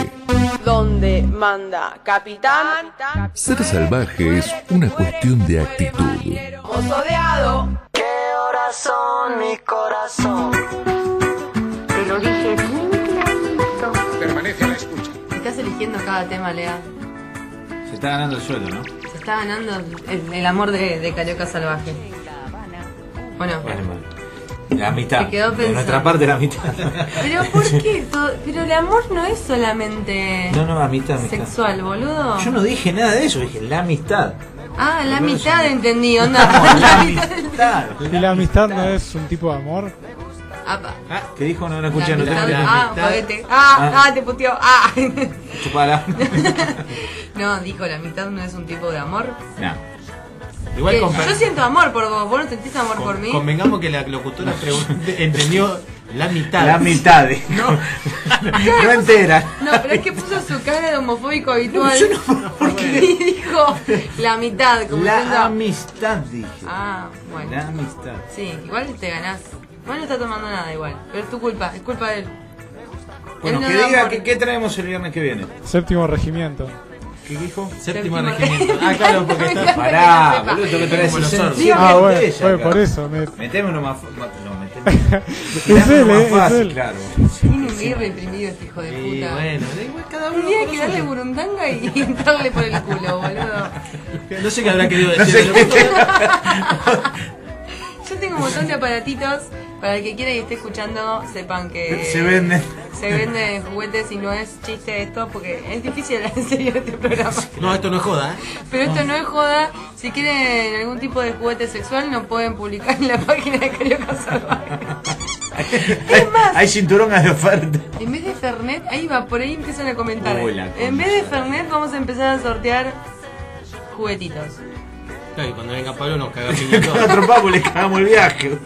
S1: Donde manda capitán.
S2: Ser salvaje es una cuestión de actitud.
S1: Osodeado.
S11: ¿Qué horas son, mi corazón?
S3: Te lo dije bien clarito.
S13: Permanece a la escucha.
S3: Estás eligiendo cada tema, Lea.
S6: Se está ganando el sueldo, ¿no?
S3: Se está ganando el, el amor de, de Carioca Salvaje. Bueno,
S6: La mitad.
S3: Se quedó
S6: de nuestra
S3: pensando.
S6: parte la mitad.
S3: pero ¿por qué? To- Pero el amor no es solamente
S6: No, no, la mitad, mitad.
S3: sexual, boludo.
S6: Yo no dije nada de eso, dije la amistad.
S3: Ah, la
S6: Yo no
S3: mitad
S6: soy-
S3: entendí, onda.
S6: la
S3: La mitad.
S6: amistad.
S10: ¿Y la amistad no es un tipo de amor?
S3: Apa.
S6: Ah, ¿Qué dijo? No, no
S3: La
S6: escuché, no te
S3: mitad-
S6: escuché.
S3: ah, paquete. Ah,
S6: Ah.
S3: ah, te puteó. Ah.
S6: Chupala.
S3: No, dijo, la mitad no es un tipo de amor.
S6: No.
S5: Igual
S3: Que
S5: compa-
S3: yo siento amor por vos, vos no sentís amor por mí.
S5: convengamos que la locutora pregun- entendió la mitad.
S6: La mitad. dijo. No, entera.
S3: No, pero es que puso su cara de homofóbico habitual. Y dijo la mitad, como
S6: La
S3: diciendo.
S6: amistad, dije.
S3: Ah, bueno.
S6: La amistad.
S3: Sí, igual te ganás. Vos no está tomando nada igual, pero es tu culpa, es culpa de él.
S6: Bueno,
S3: Él no
S6: que
S3: da
S6: diga
S3: amor.
S6: que, qué traemos el viernes que viene.
S10: Séptimo regimiento.
S6: ¿Qué dijo?
S5: Séptimo
S3: Séptimo
S5: regimiento. Ah,
S3: regimiento.
S5: claro, porque está.
S6: Pará,
S3: sepa.
S6: boludo, tengo que traer
S5: Como los
S6: 60.
S5: sordos.
S10: Ah, bueno,
S6: Ella,
S10: bueno,
S6: claro.
S10: por eso. me-
S6: Meteme uno más. fu- No, meteme.
S10: Es
S6: Dame
S10: él,
S6: uno
S10: eh,
S6: más
S10: es
S6: fácil,
S10: él.
S6: claro.
S3: Tiene un bien reprimido este hijo de
S5: Y
S3: puta.
S5: bueno, da igual cada uno.
S3: Tenía
S5: por
S3: que
S5: lo
S3: darle
S5: suyo.
S3: burundanga y entrarle por el culo, boludo.
S5: No sé qué habrá querido decir.
S6: No sé
S5: el
S6: qué
S5: locutor.
S3: Yo tengo un montón de aparatitos. Para el que quiera y esté escuchando, sepan que.
S6: Se venden.
S3: Se venden juguetes y no es chiste esto, porque es difícil en serio este programa.
S5: No, esto no es joda, ¿eh?
S3: Pero esto no es joda. Si quieren algún tipo de juguete sexual, no pueden publicar en la página de Carioca Salvaje. Es más,
S6: Hay cinturonas de oferta.
S3: en vez de Fernet, ahí va, por ahí empiezan a comentar.
S6: Uy, la
S3: en vez de
S6: concha.
S3: Fernet, vamos a empezar a sortear juguetitos.
S5: Claro, y cuando venga Pablo nos caga a piña a todos.
S6: Nos trompamos, le cagamos el viaje.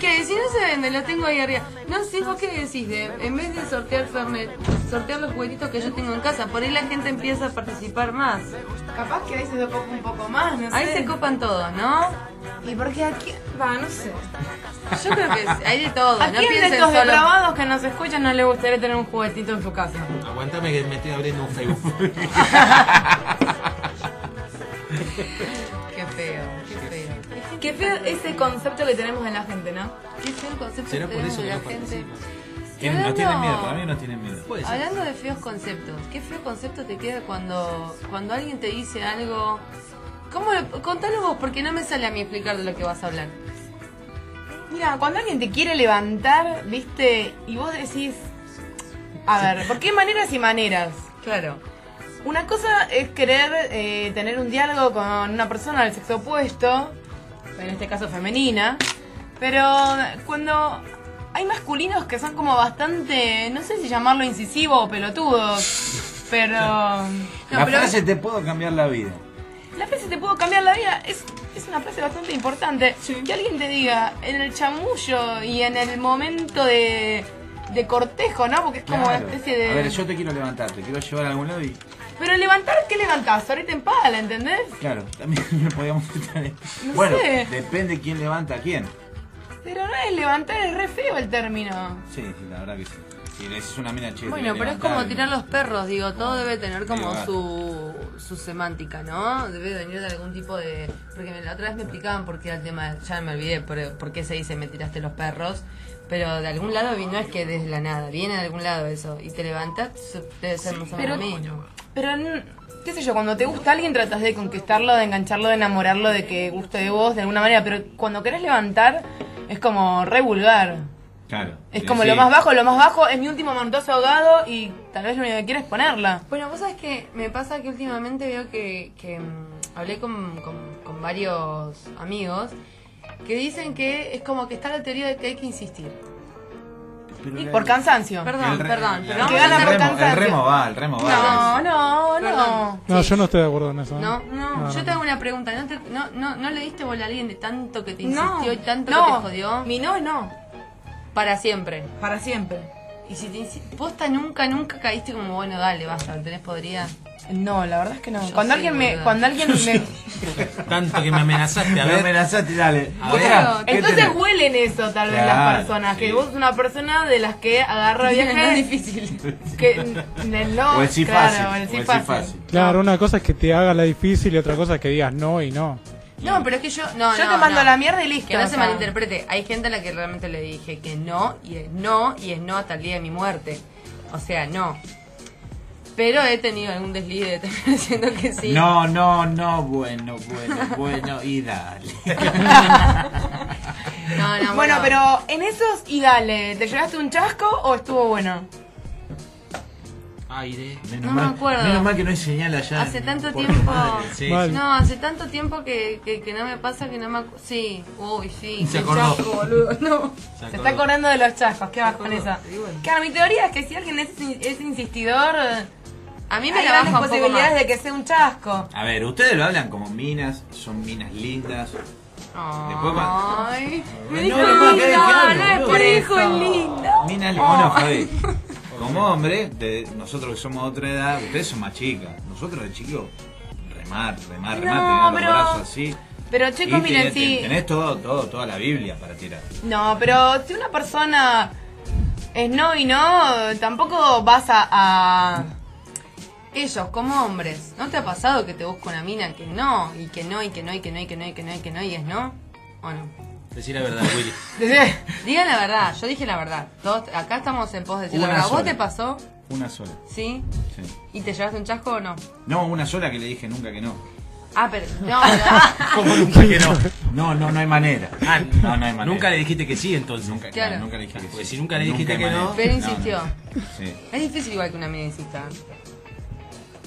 S3: Que si no se vende, lo tengo ahí arriba. No, si vos qué decís, de, en vez de sortear Fernet, sortear los juguetitos que yo tengo en casa, por ahí la gente empieza a participar más.
S4: Capaz que ahí se tocó un poco más, no sé.
S3: Ahí se copan todos, ¿no?
S1: ¿Y por qué aquí? Va, no sé.
S3: Yo creo que sí, hay de todo,
S4: ¿A
S3: no
S4: quién de
S3: piensen
S4: estos
S3: solo.
S4: depravados que nos escuchan no le gustaría tener un juguetito en su casa?
S5: Aguantame que me estoy abriendo un Facebook.
S3: Qué feo, qué feo.
S4: Qué feo ese concepto que tenemos en la gente, ¿no?
S3: Qué feo el concepto
S5: ¿Será
S3: que
S5: por
S3: tenemos
S5: eso
S3: de
S5: que
S3: la
S5: no
S3: gente.
S5: participas?
S6: Tienen-
S3: Hablando-
S6: nos tienen miedo, a mí nos tienen miedo.
S3: Hablando de feos conceptos, ¿qué feo concepto te queda cuando, cuando alguien te dice algo? ¿Cómo lo- contalo vos, porque no me sale a mí explicar de lo que vas a hablar.
S4: Mira, cuando alguien te quiere levantar, viste, y vos decís, a ver, ¿por qué maneras y maneras?
S3: Claro.
S4: Una cosa es querer eh, tener un diálogo con una persona del sexo opuesto, en este caso femenina, pero cuando hay masculinos que son como bastante, no sé si llamarlo incisivo o pelotudos, pero...
S6: la frase te puedo cambiar la vida.
S4: La frase te puedo cambiar la vida es, es una frase bastante importante. Que alguien te diga en el chamullo y en el momento de, de cortejo, ¿no? Porque es como
S6: Claro.
S4: una especie de...
S6: A ver, yo te quiero levantar, te quiero llevar a algún lado y.
S4: Pero levantar, ¿qué levantás? Ahorita en pala, ¿entendés?
S6: Claro, también podíamos estar en-
S4: No
S6: Bueno,
S4: sé.
S6: depende quién levanta a quién.
S4: Pero no es levantar, es re feo el término.
S6: Sí, sí, la verdad que sí. Si le dices una mina che, te
S3: Bueno,
S6: voy a
S3: pero es
S6: levantar,
S3: como
S6: y-
S3: tirar los perros, digo, todo debe tener como
S6: Digo,
S3: su, su semántica, ¿no? Debe venir de algún tipo de... Porque me- la otra vez me explicaban por qué era el tema, ya me olvidé por, por qué se dice me tiraste los perros, pero de algún lado vi- no es que desde la nada, viene de algún lado eso, y te levantas, su- debe ser más o menos
S4: pero-
S3: lo mismo.
S4: Pero, n- qué sé yo, cuando te gusta alguien tratas de conquistarlo, de engancharlo, de enamorarlo, de que guste de vos, de alguna manera. Pero cuando querés levantar, es como re vulgar.
S6: Claro.
S4: Es
S6: Sí,
S4: como
S6: sí.
S4: lo más bajo, lo más bajo, es mi último mantoso ahogado y tal vez lo único que quiero es ponerla.
S3: Bueno, vos sabés que me pasa que últimamente veo que, que, mm, hablé con, con- con varios amigos que dicen que es como que está la teoría de que hay que insistir.
S6: Pero
S4: Y
S6: la-
S4: por cansancio.
S3: Perdón,
S6: el re-
S3: perdón,
S6: la-
S3: pero
S6: el,
S3: vamos a hacer
S6: remo, el
S3: cansancio.
S6: remo va, el remo va.
S4: No, no, no.
S3: Perdón.
S10: No,
S3: Sí.
S10: yo no estoy de acuerdo en eso. ¿eh?
S3: No, no,
S10: No,
S3: yo
S10: no.
S3: te hago una pregunta. ¿No, te- no, no, no le diste bola a alguien de tanto que te
S4: No,
S3: insistió y tanto
S4: no.
S3: que te jodió?
S4: Mi no es no.
S3: Para siempre.
S4: Para siempre.
S3: Y si te insi- posta nunca, nunca caíste como, bueno, dale, basta, lo tenés podrida.
S4: No, la verdad es que no.
S3: Yo
S4: cuando
S3: sí,
S4: alguien me.
S3: boluda.
S4: Cuando alguien me.
S5: Tanto que me amenazaste, a
S6: Me
S5: ver.
S6: amenazaste, dale.
S5: A
S6: Otra,
S5: ver.
S6: ¿qué
S4: Entonces
S6: tenés?
S4: huelen eso, tal vez,
S6: Claro,
S4: las personas.
S6: sí.
S4: Que vos sos una persona de las que agarra
S3: No es
S4: viajes.
S3: difícil.
S4: que n- el no.
S6: O el sí
S4: claro,
S6: fácil,
S4: el sí
S6: o el sí
S4: fácil.
S6: fácil.
S10: Claro, una cosa es que te haga la difícil y otra cosa es que digas no y no.
S3: No, pero es que yo. No,
S4: Yo
S3: no,
S4: te mando
S3: no.
S4: a la mierda y listo.
S3: Que no
S4: o
S3: se
S4: sea.
S3: malinterprete. Hay gente a la que realmente le dije que no, y es no, y es no hasta el día de mi muerte. O sea, no. Pero he tenido algún desliz de terminar diciendo que sí.
S6: No, no, no, bueno, bueno, bueno, y dale.
S3: no, no
S4: Bueno, pero en esos y dale, ¿te llevaste un chasco o estuvo bueno?
S5: Aire.
S6: Menos
S3: No me
S6: mal,
S3: acuerdo.
S6: Menos mal que no hay señal allá.
S3: Hace
S6: en-
S3: tanto
S6: por
S3: tiempo.
S6: madre.
S5: Sí,
S10: Mal.
S5: sí.
S3: No, hace tanto tiempo que, que, que no me pasa que no me acu- Sí, uy, sí. qué
S5: Se acordó.
S3: chasco, boludo. No.
S5: Se
S4: Se está
S5: acordó.
S4: acordando de los chascos, qué bajo en
S3: acordó,
S4: esa.
S3: y bueno.
S4: Claro, mi teoría es que si alguien es, in- es insistidor,
S3: A mí me
S4: hay
S3: la baja
S4: grandes
S3: un poco más.
S4: posibilidades de que sea un chasco.
S6: A ver, ustedes lo hablan como minas, son minas lindas. Después va-
S3: Ay.
S6: Me
S3: Oh. dijo
S6: no, no,
S3: linda,
S6: no,
S3: no es
S6: boludo.
S3: por eso. Oh.
S6: Minas lindas. Bueno, Javi, como hombre, de- nosotros que somos de otra edad, ustedes son más chicas. Nosotros de chicos, remar, remar, remar,
S4: No,
S6: tener los
S4: pero-
S6: brazos así.
S4: Pero
S6: Y
S4: chicos, miren,
S6: tenés,
S4: si...
S6: tenés todo, todo, toda la Biblia para tirar.
S4: No, pero si una persona es no y no, tampoco vas a... a-
S3: Ellos, como hombres, ¿no te ha pasado que te busca una mina que no, y que no, y que no, y que no, y que no, y que no, y que no, y es no? ¿O no?
S5: Decí la verdad, Willy.
S3: Digan la verdad, yo dije la verdad. Todos, acá estamos en pos de decir la
S6: Una
S3: verdad. ¿Vos
S6: sola.
S3: te pasó?
S6: Una sola.
S3: ¿Sí?
S6: sí.
S3: ¿Y te llevaste un chasco o no?
S6: No, una sola que le dije nunca que no.
S3: Ah, pero. No, pero-
S5: ¿Cómo nunca que no?
S6: No, no, no hay manera.
S5: Ah,
S6: no, no hay manera.
S5: Nunca le dijiste que sí, entonces.
S6: Nunca,
S3: Claro.
S6: nunca le dije que
S5: Porque
S6: sí.
S5: si nunca le dijiste
S6: hay
S5: que no-
S6: manera.
S3: Pero insistió.
S6: Sí,
S3: Es difícil igual que una mina insista.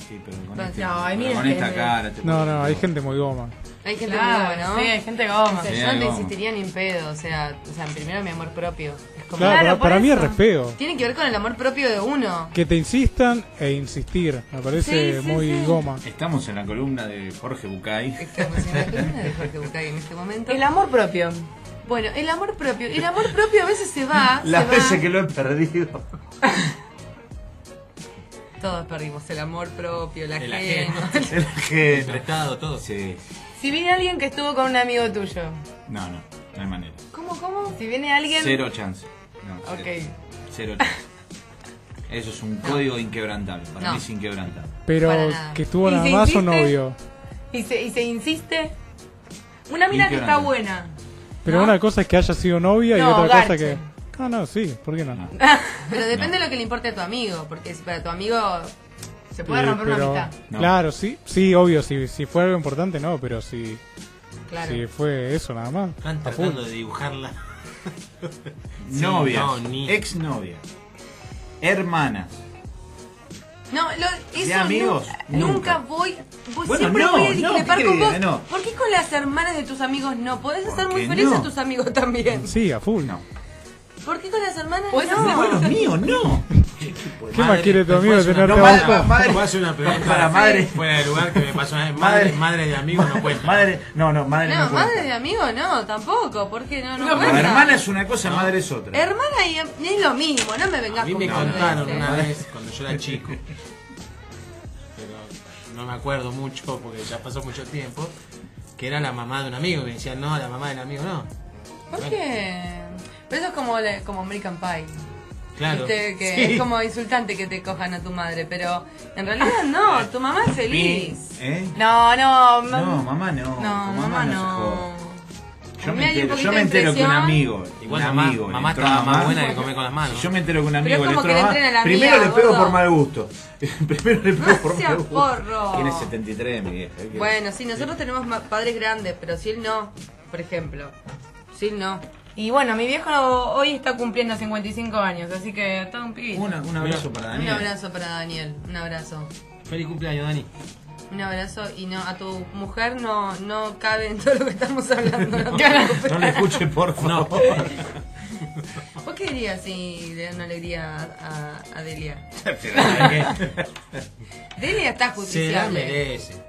S6: sí, pero con,
S3: Pero
S6: este-
S3: no,
S4: hay
S6: pero
S4: miles
S6: con
S4: que-
S6: esta cara. te
S10: No,
S6: puedo-
S10: no, hay gente muy goma.
S3: Hay gente
S4: Claro,
S3: muy buena, ¿no?
S4: sí, hay gente goma.
S3: O sea,
S6: Sí,
S3: yo no te
S6: algo.
S3: insistiría ni en pedo, o sea, o sea, primero mi amor propio. Es como,
S10: Claro, para,
S4: por
S10: para mí es
S4: eso.
S10: respeto.
S3: Tiene que ver con el amor propio de uno.
S10: Que te insistan e insistir. Me parece
S3: Sí, sí,
S10: muy
S3: sí.
S10: goma.
S6: Estamos en la columna de Jorge Bucay.
S3: Estamos en la columna de Jorge Bucay en este momento.
S4: El amor propio.
S3: Bueno, el amor propio. El amor propio a veces se va.
S6: Las
S3: se
S6: veces
S3: va.
S6: que lo he perdido.
S3: Todos perdimos el amor propio, la
S5: El
S3: gente.
S6: El gente.
S5: Prestado, todo.
S6: Sí.
S4: Si viene alguien que estuvo con un amigo tuyo.
S6: No, no, no hay manera.
S4: ¿Cómo, cómo? Si viene alguien...
S6: Cero chance. No, cero.
S4: Ok.
S6: Cero chance. Eso es un código inquebrantable. Para
S3: No.
S6: mí es inquebrantable.
S10: Pero
S3: Para nada.
S10: que estuvo
S4: ¿Y
S10: nada
S4: si
S10: más o
S4: insiste?
S10: novio.
S4: Y se, y se insiste. Una mina que está
S6: Ignorante.
S4: buena.
S10: Pero
S4: ¿No?
S10: una cosa es que haya sido novia y
S4: No,
S10: otra cosa
S4: garche.
S10: que. No, no, sí, ¿por qué no? Eh,
S3: Pero depende de lo que le importe a tu amigo, porque si para tu amigo se puede
S10: Eh,
S3: romper
S10: pero-
S3: una amistad.
S10: Claro, sí, sí, obvio, si, si fue algo importante, no, pero si,
S3: Claro.
S10: si fue eso nada más.
S5: Están
S10: a full.
S5: tratando de dibujarla. Sí,
S6: Novias,
S5: no, ni-
S6: ex novia, hermanas.
S3: No, lo, eso
S6: amigos?
S3: nu-
S6: Nunca.
S3: nunca, voy. voy-
S6: Bueno,
S3: siempre
S6: no,
S3: voy a
S6: no,
S3: discrepar
S6: ¿qué
S3: con vos.
S6: querés? No.
S3: ¿Por qué con las hermanas de tus amigos no? Podés estar muy
S6: Porque
S3: feliz
S6: no.
S3: a tus amigos también.
S10: Sí, a full. No.
S3: ¿Por qué con las hermanas
S4: Podés
S3: no?
S4: hacer-
S6: Los míos, no.
S10: ¿Qué más quiere tu
S5: Después
S10: amigo
S5: una-
S10: tenerte
S5: no,
S10: abajo?
S5: para-
S6: Madre.
S5: Puedo hacer una pregunta
S6: Para madre.
S5: fuera de lugar que me pasó una vez. Madre,
S6: Madre.
S5: madre de amigos no cuenta.
S6: Madre, no, no, madre no,
S3: No,
S6: cuenta.
S3: madre de amigo no, tampoco. ¿Por qué no? No,
S6: No,
S3: cuenta.
S6: hermana es una cosa, madre es otra.
S3: Hermana y y es lo mismo, no me vengas
S5: A mí me
S3: con boludeces.
S5: contaron una vez cuando yo era chico, pero no me acuerdo mucho porque ya pasó mucho tiempo, que era la mamá de un amigo. Y me decían, no, la mamá del amigo no.
S3: ¿Por qué? Pero eso es como, la- como American Pie.
S5: Claro.
S3: Viste que
S5: Sí.
S3: es como insultante que te cojan a tu madre, pero en realidad no, tu mamá es
S6: Pi,
S3: feliz.
S6: ¿Eh?
S4: No, no, ma-
S6: No, mamá no.
S4: no,
S6: con
S4: mamá
S6: se
S4: no.
S6: joda.
S3: A
S6: Yo
S3: mí
S6: me
S3: hay un
S6: entero, yo
S3: poquito
S6: me
S3: de
S6: entero que un
S3: impresión.
S6: amigo,
S5: Igual
S6: un
S5: mamá,
S6: amigo, le
S5: mamá
S6: entró a
S5: estaba
S6: mamá,
S5: más buena que comer con las
S6: Si
S5: manos.
S6: yo me entero que un
S3: Pero es
S6: amigo le
S3: como
S6: entró
S3: que le
S6: a mamá,
S3: entren a la
S6: primero
S3: mía,
S6: le pego
S3: gordo.
S6: por mal gusto. primero le pego
S3: No
S6: por
S3: sea
S6: mal gusto.
S3: porro.
S6: Tiene 73, mi vieja.
S5: ¿eh?
S6: ¿qué?
S3: Bueno, sí, nosotros tenemos ma- padres grandes, pero si él no, por ejemplo. Si él no.
S4: Y bueno, mi viejo hoy está cumpliendo 55 años, así que todo un pibito.
S6: Una- un abrazo para
S3: Un
S6: Daniel.
S3: abrazo para Daniel, un abrazo.
S5: Feliz cumpleaños, Dani.
S3: Un abrazo y no, a tu mujer no, no cabe en todo lo que estamos hablando. No te preocupes.
S6: No le escuche, por
S5: No.
S6: favor.
S3: ¿Vos qué dirías si le dan una alegría a, a- a Delia? Delia está
S5: Se la
S3: justiciable.
S5: merece.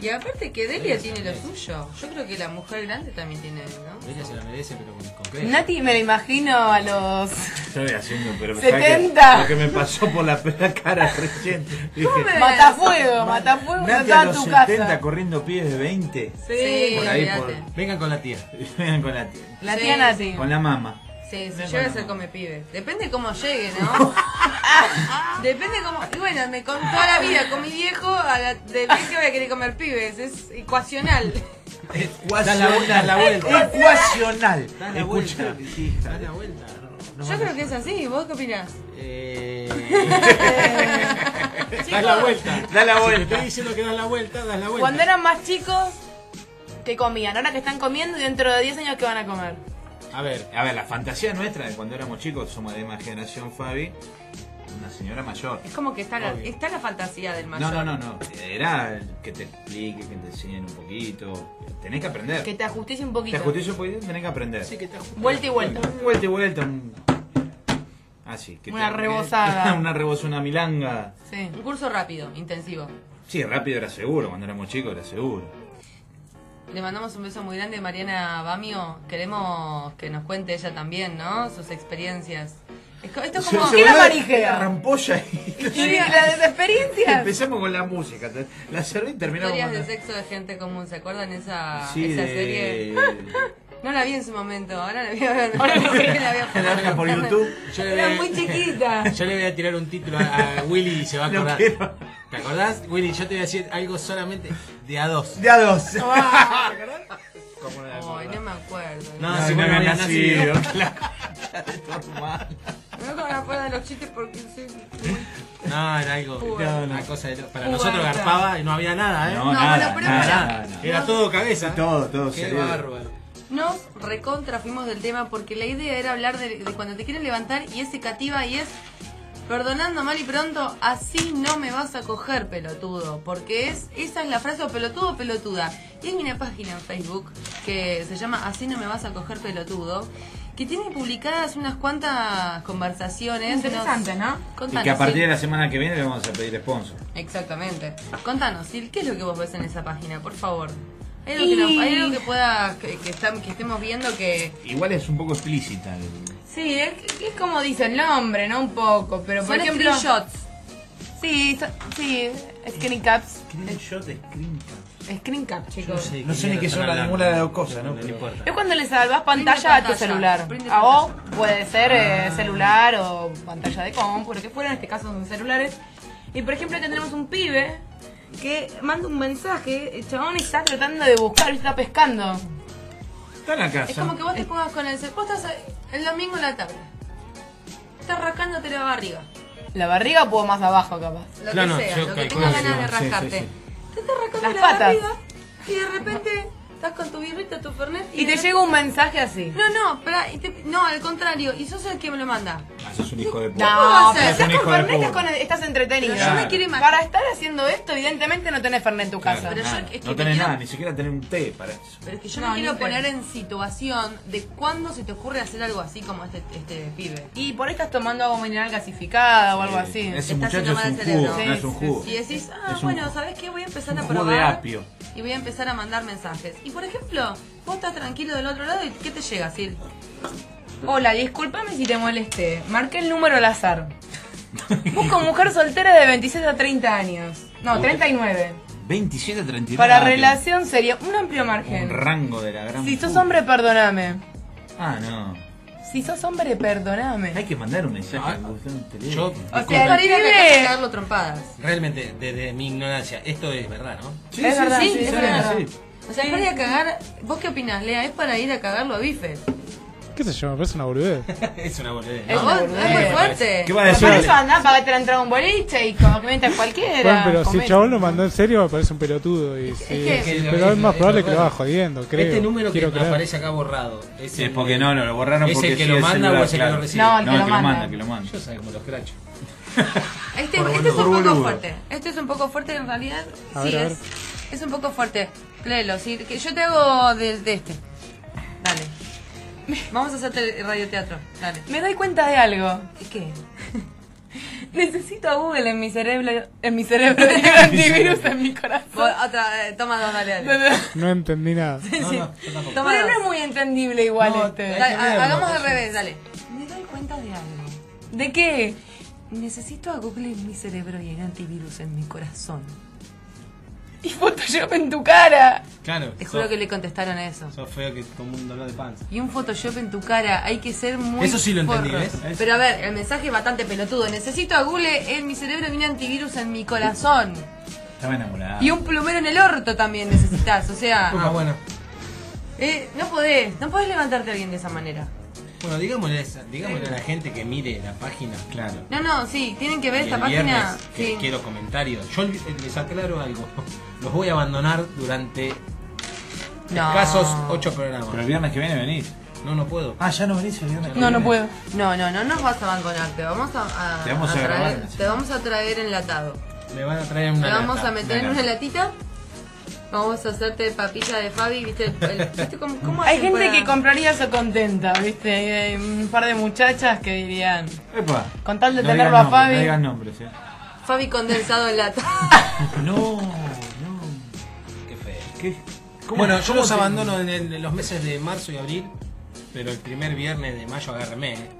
S3: Y aparte que Delia tiene lo suyo. Yo creo que la mujer grande también tiene, ¿no?
S5: Ella se la merece, pero con, con creces.
S4: Nati me lo imagino a los...
S6: Estoy haciendo, pero me
S4: 70.
S6: saqué Lo que me pasó por la pera cara recién. Dije,
S3: me-
S4: Matafuego, matafuego,
S6: Nati
S4: está
S6: a
S4: en
S6: los
S4: tu
S6: 70
S4: casa.
S6: corriendo pies de 20.
S3: Sí,
S6: por ahí,
S3: olvídate.
S6: por-
S5: Vengan con la tía.
S6: Vengan con la tía.
S4: La
S3: Sí.
S4: tía Nati.
S6: Con la mamá.
S3: Sí, si llega a ser come pibe. Depende cómo llegue, ¿no? Depende cómo. Y bueno, me contó la vida con mi viejo, a la, de bien que voy a querer comer pibes. Es ecuacional.
S6: Ah,
S5: Dale la vuelta, la vuelta.
S6: Ecuacional.
S5: Dale la
S6: Escucha,
S5: vuelta.
S6: hija.
S5: Dale la vuelta.
S3: Yo creo que es así. ¿Vos qué opinás?
S5: das Eh. la vuelta.
S6: Da la
S5: Si te
S6: vuelta.
S5: estoy diciendo que das la vuelta, das la vuelta.
S4: Cuando eran más chicos, ¿qué comían? Ahora que están comiendo y dentro de 10 años, ¿qué van a comer?
S5: A ver,
S6: A ver, la fantasía nuestra de cuando éramos chicos, somos de misma generación, Fabi, una señora mayor.
S3: Es como que está la, está la fantasía del mayor.
S6: No, no, no, no. Era que te explique, que te enseñen un poquito. Tenés que aprender.
S4: Que te ajustice un
S6: Te
S4: poquito.
S6: ajustís un poquito, tenés que aprender.
S5: sí que te ajusta.
S4: Vuelta y vuelta.
S6: Un vuelta y vuelta. Un... Así. que
S4: Una rebozada.
S6: una rebosa, una milanga.
S4: Sí.
S3: Un curso rápido, intensivo.
S6: Sí, rápido era seguro, cuando éramos chicos era seguro.
S3: Le mandamos un beso muy grande a Mariana Bamio. Queremos que nos cuente ella también, ¿no? Sus experiencias. Es co- Esto es como.
S6: Se- se
S4: ¿Qué la
S6: volvió
S4: manijea?
S6: la rampolla y
S4: Sí, la desexperiencia.
S6: empezamos con la música. te- La cerré y terminamos
S3: Historias
S6: con
S3: de
S6: la...
S3: sexo de gente común, ¿se acuerdan esa,
S6: Sí,
S3: esa
S6: de-
S3: serie? No la vi en su momento, ahora la vi ahora. Ahora no sé que la voy a
S6: La busca por YouTube.
S5: Yo le
S3: Era
S5: voy a-
S3: muy chiquita.
S5: Yo le voy a tirar un título a, a Willy y se va a
S6: Lo
S5: acordar.
S6: quiero.
S5: ¿Te acordás? Willy, yo te voy a decir algo solamente de a dos.
S6: Ya dos.
S3: Ay, Ah, no me acuerdo. No,
S5: No,
S6: Ay,
S5: si vos no
S6: habías
S5: habías nacido.
S6: claro. Ya de tu hermano.
S3: me acuerdo de los chistes porque soy muy-
S5: No, era algo.
S3: Cubana.
S5: Una cosa de lo- Para
S3: Cubana.
S5: nosotros garpaba y no había nada, ¿eh?
S6: No,
S3: No,
S6: nada,
S3: bueno, pero
S6: nada,
S3: pará.
S6: nada.
S5: Era todo cabeza.
S6: Todo, todo.
S5: Qué
S6: serio.
S5: bárbaro.
S3: Nos recontra fuimos del tema porque la idea era hablar de, de cuando te quieren levantar y es secativa y es perdonando mal y pronto, así no me vas a coger pelotudo, porque es esa es la frase o pelotudo o pelotuda. Y hay una página en Facebook que se llama Así no me vas a coger pelotudo, que tiene publicadas unas cuantes conversaciones.
S4: Interesante, ¿no?
S6: Y
S3: Contanos,
S6: que a partir
S3: Sil.
S6: de la semana que viene le vamos a pedir sponsor.
S3: Exactamente. Contanos, Sil, ¿qué es lo que vos ves en esa página, por favor? ¿Hay algo, que,
S4: Y-
S3: nos- hay algo que pueda, que, que estam- que estemos viendo que...
S6: Igual es un poco explícita. el-
S4: Sí, es, es como dice el nombre, ¿no? Un poco, pero por
S3: Son
S4: ejemplo...
S3: screenshots.
S4: Sí, so- sí, screen caps.
S6: Yo te screenshot.
S4: Screen cap, chicos.
S6: No sé ni qué son las ninguna de las dos cosas, ¿no?
S5: No importa.
S4: Es cuando le salvas
S3: Print de
S4: pantalla a tu
S3: pantalla,
S4: celular.
S3: print de
S4: A vos
S3: pantalla.
S4: puede ser eh, celular o pantalla de compu, lo que fuera, en este caso son celulares. Y por ejemplo tendremos un pibe que manda un mensaje, el chabón está tratando de buscar, está pescando.
S6: Está en la casa.
S3: Es como que vos te pongas con el... cel- Vos estás el domingo en la tarde. está arrancándote la barriga.
S4: La barriga pudo más abajo, capaz.
S3: Lo
S5: Claro,
S3: que sea,
S5: yo
S3: lo que
S5: calculo
S3: tengas
S5: que
S3: ganas de
S5: sí, sí,
S3: rascarte.
S5: sí.
S3: Te estás rascando
S4: Las
S3: la
S4: patas.
S3: barriga y de repente estás con tu birrita, tu fernet
S4: Y
S3: de
S4: te llega un mensaje así.
S3: No, no, pará, y te- no, al contrario, y sos el que me lo manda.
S6: Ah, sos un hijo de
S3: No,
S6: puta.
S3: vas a
S4: pero
S3: hacer?
S4: estás
S6: Es un
S4: con
S6: hijo de
S4: Fernet, estás,
S6: puta.
S4: con- estás entretenido.
S3: Pero yo me quiero imaginar-
S4: Para estar haciendo esto, evidentemente no tenés Fernet en tu casa.
S3: Pero yo-
S6: nada.
S3: es que
S6: no
S3: me
S6: tenés
S3: quiero-
S6: nada, ni siquiera tenés un té para eso.
S3: Pero es que yo
S4: No,
S3: me quiero
S4: ni idea.
S3: poner en situación de cuándo se te ocurre hacer algo así como este, este pibe.
S4: Y por ahí estás tomando agua mineral gasificada o algo así.
S6: Ese
S3: Estás
S6: muchacho es
S3: enamorada
S6: un
S3: del cerebro.
S4: Sí,
S6: jugo, no es un
S4: sí,
S6: jugo.
S3: Y decís, ah,
S6: Es un-
S3: bueno, ¿sabes qué? Voy a empezar
S6: un
S3: a
S6: jugo
S3: probar.
S6: de apio.
S3: Y voy a empezar a mandar mensajes. Y por ejemplo, vos estás tranquilo del otro lado y ¿qué te llega, Sil?
S4: Hola, discúlpame si te molesté. Marqué el número al azar. Busco mujer soltera de 26 a 30 años. No,
S6: Uy,
S4: 39.
S6: 27 a 39.
S4: Para
S6: que-
S4: relación sería un amplio
S6: Un
S4: margen.
S6: rango de la gran.
S4: Si sos
S6: puta.
S4: hombre, perdoname.
S6: Ah, no.
S4: Si sos hombre,
S6: Hay
S4: perdoname.
S6: que mandar un mensaje.
S5: Ah,
S6: al buzón de teléfono.
S5: Yo,
S4: O
S3: Como
S4: sea,
S3: para
S4: el
S3: ir a la
S4: pibe-
S3: casa a cagarlo trompadas.
S5: realmente, desde mi ignorancia, esto es verdad, ¿no?
S6: Sí,
S4: es
S6: sí,
S4: verdad,
S6: sí,
S4: sí,
S6: sí,
S4: es
S6: sí,
S4: verdad.
S6: sí.
S3: O sea, es para ir a cagar. ¿Vos qué opinás, Lea? Es para ir a cagarlo a bifes.
S10: ¿Qué sé yo? Me parece una boludez.
S5: es una boludez.
S3: Es,
S5: ¿no?
S3: vos-
S4: boludez,
S3: es muy
S5: me
S3: fuerte.
S6: ¿Qué va a
S4: Pero
S6: decir?
S4: para eso andá, pagate la entrada a un boliche y comenta cualquiera.
S10: Bueno, pero si el
S4: comés.
S10: chabón lo mandó en serio, me parece un pelotudo. Y, sí,
S3: que-
S10: sí,
S5: Es que-
S10: pero es más
S5: es
S10: probable que
S5: verdad.
S10: lo va jodiendo, creo.
S5: Este número que
S10: Quiero creer.
S5: aparece acá borrado.
S6: Sí, es porque no, no, lo borraron
S5: ¿Es
S6: porque
S5: el que
S6: sí,
S5: lo
S6: el
S5: manda
S6: celular,
S5: o es el que
S6: claro.
S5: lo recibe?
S4: No, el que
S6: el
S4: lo
S6: que
S4: manda.
S6: el que lo manda.
S5: Yo sabía como los cracho.
S3: Este,
S5: Por
S3: este es un poco
S5: boludo. Por boludo.
S3: fuerte. Este es un poco fuerte en realidad.
S10: A
S3: sí,
S10: ver, a ver.
S3: es, es un poco fuerte. Léelo, sí, que yo te hago de, de este. Dale. Vamos a hacerte radioteatro. Dale.
S4: Me doy cuenta de algo.
S3: ¿Qué?
S4: Necesito a Google en mi cerebro. En mi cerebro. Tengo antivirus en mi corazón.
S3: Vos- otra, eh, toma dos, dale, dale.
S10: No entendí nada.
S5: No, no, yo tampoco.
S3: Toma
S4: Pero no es
S3: dos.
S4: muy entendible igual
S5: No,
S4: este.
S3: Dale,
S5: hay que
S3: ha-
S5: leerlo,
S3: hagamos al
S5: entonces.
S3: revés, dale. Me doy cuenta de algo.
S4: ¿De qué?
S3: Necesito a Google en mi cerebro y el antivirus en mi corazón.
S4: Y Photoshop en tu cara.
S5: Claro.
S3: Te
S5: sos-
S3: juro que le Ah, contestaron eso.
S5: sos feo que como un dolor de panza.
S3: Y un Photoshop en tu cara, hay que ser muy.
S5: Eso sí lo entendí,
S3: forro.
S5: ¿ves? Eso.
S3: Pero a ver, el mensaje es bastante pelotudo. Necesito a Google en mi cerebro y un antivirus en mi corazón.
S5: Ah.
S6: Estaba enamorada.
S3: Y un plumero en el orto también necesitas. O sea,
S5: Ah, bueno.
S3: eh, no podés, no podés levantarte a alguien de esa manera.
S5: Bueno, digámosle, a- digámosle a la gente que mire la página.
S6: Claro.
S3: No, no, sí, tienen que
S5: Y
S3: ver esta
S5: el
S3: página.
S5: viernes, que
S3: sí.
S5: quiero comentarios. Yo olvi- les aclaro algo. Los voy a abandonar durante
S3: No.
S5: escasos ocho
S6: Pero el
S5: programas.
S6: viernes que viene venís.
S5: No, no puedo.
S6: Ah, ya no venís el viernes. que
S4: No, no
S6: viene.
S4: puedo.
S3: No, no, no nos vas a abandonar, te vamos a, a-
S6: Te vamos a
S3: traer,
S6: grabar.
S3: te vamos a traer enlatado.
S5: Me van a traer una.
S3: Te vamos
S5: lata.
S3: a meter en
S6: una
S3: una
S6: lata.
S3: latita. Vamos a hacerte papilla de Fabi, ¿viste? El- el- ¿viste cómo, cómo
S4: Hay
S3: hacen
S4: gente
S3: para-
S4: que compraría eso contenta, ¿viste? Y hay un par de muchachas que dirían.
S6: Epa.
S4: Con tal de
S6: No
S4: tenerlo
S6: digas
S4: a
S6: nombres,
S4: Fabi.
S6: No digas nombres, eh.
S3: Fabi condensado en lata.
S6: No, no.
S5: Qué feo.
S6: ¿Qué? ¿Cómo-
S5: Bueno, yo
S6: cómo
S5: los
S6: te-
S5: abandono en, el- en los meses de marzo y abril, pero el primer viernes de mayo agárreme. eh.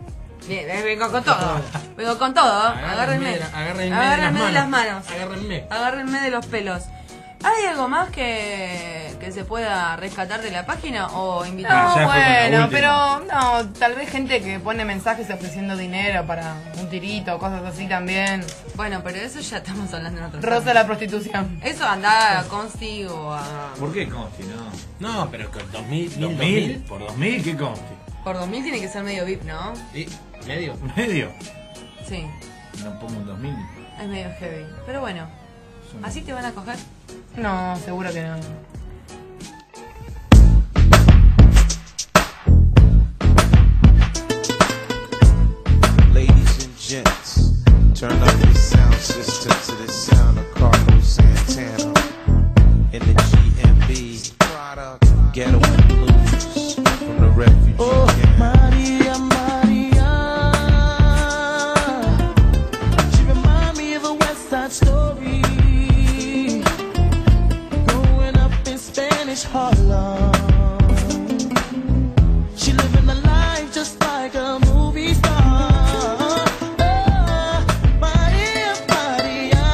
S3: Bien, eh, vengo con todo. Vengo con todo. Ah, ¿eh? Agárrenme.
S5: de la- agárrenme,
S3: Agárrenme
S5: de las manos.
S3: manos.
S5: Agárrenme.
S3: Agárrenme de los pelos. ¿Hay algo más que, que se pueda rescatar de la página o
S4: No,
S3: invitar?
S6: ya fue con la
S4: "Ah, bueno,
S6: última.
S4: pero no, tal vez gente que pone mensajes ofreciendo dinero para un tirito, cosas así también.
S3: Bueno, pero eso ya estamos hablando en otro
S4: Rosa la prostitución.
S3: Eso anda ah, a Consti o a...
S6: ¿Por qué Confi? No.
S5: No, pero con 2000,
S6: ¿Dos
S5: 2000,
S6: mil? ¿Por dos mil? ¿Qué Confi?
S3: Por 2000 tiene que ser medio VIP, ¿no?
S5: ¿Y medio.
S6: ¿Medio?
S3: Sí,
S6: No pongo un dos mil.
S3: es medio heavy. Pero bueno,
S6: Son-
S3: ¿así te van a coger?
S4: No, seguro que no.
S13: Ladies and gents, turn up the sound system to the sound of Carlos Santana in the GMB Ghetto Blues from the Refugee Camp.
S11: Oh, Maria, Maria. She remind me of a West Side story. Growing up in Spanish Harlem. She living a life just like a movie star. Oh, Maria, Maria.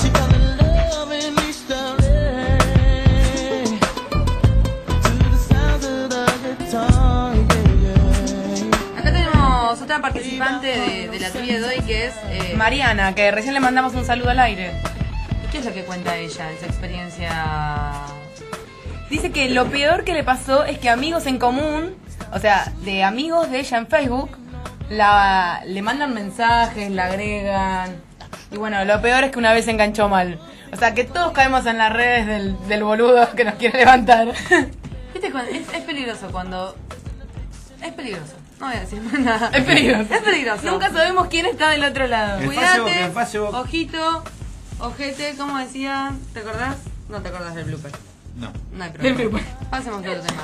S11: She fell in love in East LA to the sounds of the guitar, yeah, yeah.
S3: Acá tenemos otra participante de, de la trivia de hoy que es... eh,
S4: Mariana, que recién le mandamos un saludo al aire.
S3: ¿Y qué es lo que cuenta ella de su experiencia?
S4: Dice que lo peor que le pasó es que amigos en común o sea, de amigos de ella en Facebook, la, le mandan mensajes, la agregan. Y bueno, lo peor es que una vez se enganchó mal. O sea, que todos caemos en las redes del, del boludo que nos quiere levantar.
S3: Viste, cuando- Este es, es peligroso cuando. Es peligroso. No voy a decir más nada.
S4: Es peligroso.
S3: Es peligroso.
S4: Nunca sabemos quién está del otro lado.
S3: En Cuidate, Facebook, en Ojito, ojete, ¿cómo decía? ¿Te acordás? No te acordás del blooper.
S6: No.
S3: No hay
S4: Del
S3: problema. Pasemos a otro tema.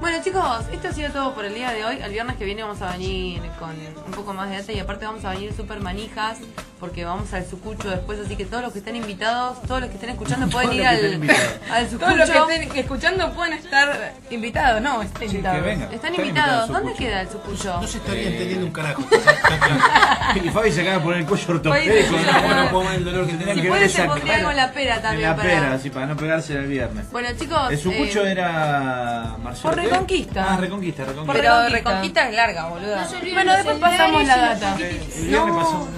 S3: Bueno, chicos, esto ha sido todo por el día de hoy. El viernes que viene vamos a venir con un poco más de data y aparte vamos a venir súper manijas porque vamos al sucucho después. Así que todos los que estén invitados, todos los que estén escuchando pueden
S4: Todos
S3: ir
S4: los que
S3: al,
S4: estén invitados.
S3: al sucucho.
S4: Todos los que estén escuchando pueden estar invitados, ¿no? Están invitados.
S6: vengan.
S3: Están
S6: Están
S3: invitados.
S6: invitados al
S3: ¿Dónde queda el sucucho? No se
S5: Estoy entendiendo un carajo.
S6: Y Fabi se acaba de poner el cuello
S3: Fabi
S6: ortopédico.
S3: se
S6: No,
S3: acaba-
S6: no, no puedo más el dolor que tenía
S3: Si
S6: que
S3: puede, se
S6: empezar.
S3: pondría con la pera
S6: En
S3: también.
S6: la
S3: para-
S6: pera, así, para no pegarse el viernes.
S3: Bueno, chicos.
S6: el sucucho
S3: eh,
S6: era Marcelo.
S3: por Reconquista.
S6: Ah, Reconquista, Reconquista.
S3: Pero Reconquista es larga, boludo.
S4: Bueno, después pasamos la data.
S6: El viernes pasó.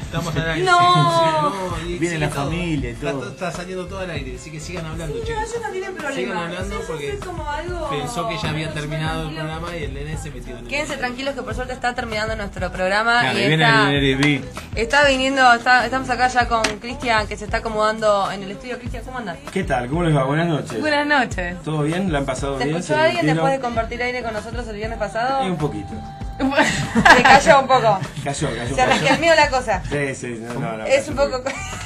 S5: Estamos al aire.
S4: No.
S6: Viene la familia y
S5: Está,
S6: todo.
S5: está saliendo todo al aire, así que sigan hablando,
S3: No,
S5: chicos.
S3: yo no tienen
S5: Sigan
S3: problema.
S5: hablando porque
S3: como algo...
S5: pensó que ya había terminado el programa y el nene se metió en el.
S3: Quédense tranquilos que por suerte está terminando nuestro programa
S6: Claro,
S3: y
S6: y viene
S3: está,
S6: el Airbnb.
S3: está viniendo, está- estamos acá ya con Cristian que se está acomodando en el estudio. Cristian, ¿cómo andás?
S14: ¿Qué tal? ¿Cómo les va? Buenas noches.
S4: Buenas noches.
S14: ¿Todo bien? ¿La han pasado
S3: ¿Te
S14: bien?
S3: escuchó
S14: ¿Se
S3: alguien
S14: divirtieron?
S3: después de compartir aire con nosotros el viernes
S14: Y
S3: pasado?
S14: un poquito.
S3: Se cayó un poco.
S14: Cayó, cayó.
S3: Se
S14: cayó.
S3: rasqueó la cosa.
S14: Sí, sí, no, no, no.
S3: Es un poco...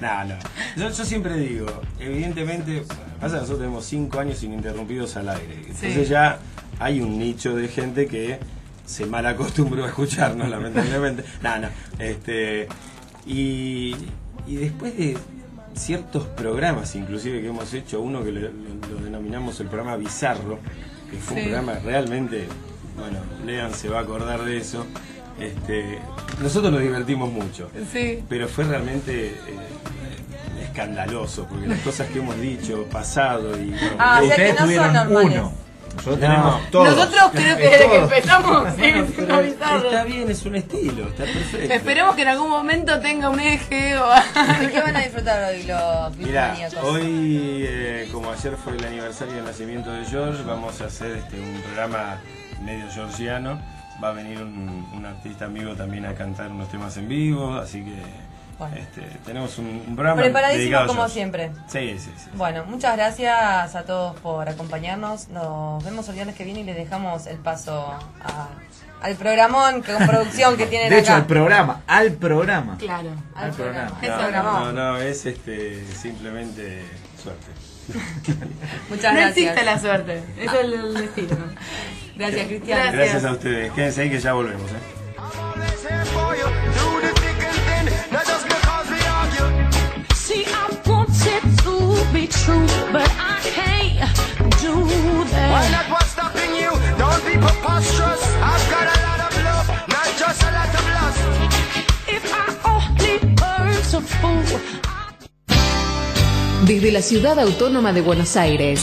S14: No, no. Yo, yo siempre digo, evidentemente, pasa que nosotros tenemos cinco años ininterrumpidos al aire. Entonces
S15: Sí.
S14: ya hay un nicho de gente que se mal acostumbró a escucharnos, lamentablemente. No, no. Este, y, y después de ciertos programas, inclusive que hemos hecho, uno que lo, lo- lo denominamos el programa Bizarro, que fue
S15: Sí.
S14: un programa realmente, bueno, Lean se va a acordar de eso. Este, nosotros nos divertimos mucho.
S4: Sí.
S14: Pero fue realmente eh, escandaloso, porque las cosas que hemos dicho, pasado y...
S4: Ah, o sea que no son normales.
S14: Nosotros
S6: tenemos
S14: todos.
S4: Nosotros creo que desde que
S14: Todos.
S4: empezamos, sí,
S14: Bueno,
S4: es
S14: pero
S4: una bizarra.
S14: Está bien, es un estilo, está perfecto.
S4: Esperemos que en algún momento tenga un eje o
S3: ¿De qué van a disfrutar hoy los
S14: Mira,
S3: bimaníacos?
S14: hoy, eh, como ayer fue el aniversario del nacimiento de George, vamos a hacer este, un programa medio georgiano. Va a venir un, un artista amigo también a cantar unos temas en vivo, así que este, tenemos un, un programa dedicado
S3: Preparadísimo
S14: a
S3: como
S14: George.
S3: siempre.
S14: Sí, sí, sí.
S3: Bueno, muchas gracias a todos por acompañarnos. Nos vemos el viernes que viene y les dejamos el paso a- al programón con producción que tienen
S6: De hecho,
S3: acá.
S6: al programa, al programa.
S3: Claro, al
S6: Al programa.
S3: programa.
S14: No,
S3: Eso grabó.
S14: no, no, es este, simplemente suerte.
S3: Muchas
S4: no
S3: gracias.
S4: existe la suerte. Eso es el destino.
S3: Gracias, Cristian.
S14: Gracias. a ustedes. Quédense ahí que ya volvemos. ¿eh?
S16: Not just because we argue. See, I want it to be true, but I can't do that.
S8: Why not? What's stopping you? Don't be preposterous. I've got a lot of love, not just a lot of lust.
S16: If I only learn to fool.
S17: Desde la ciudad autónoma de Buenos Aires,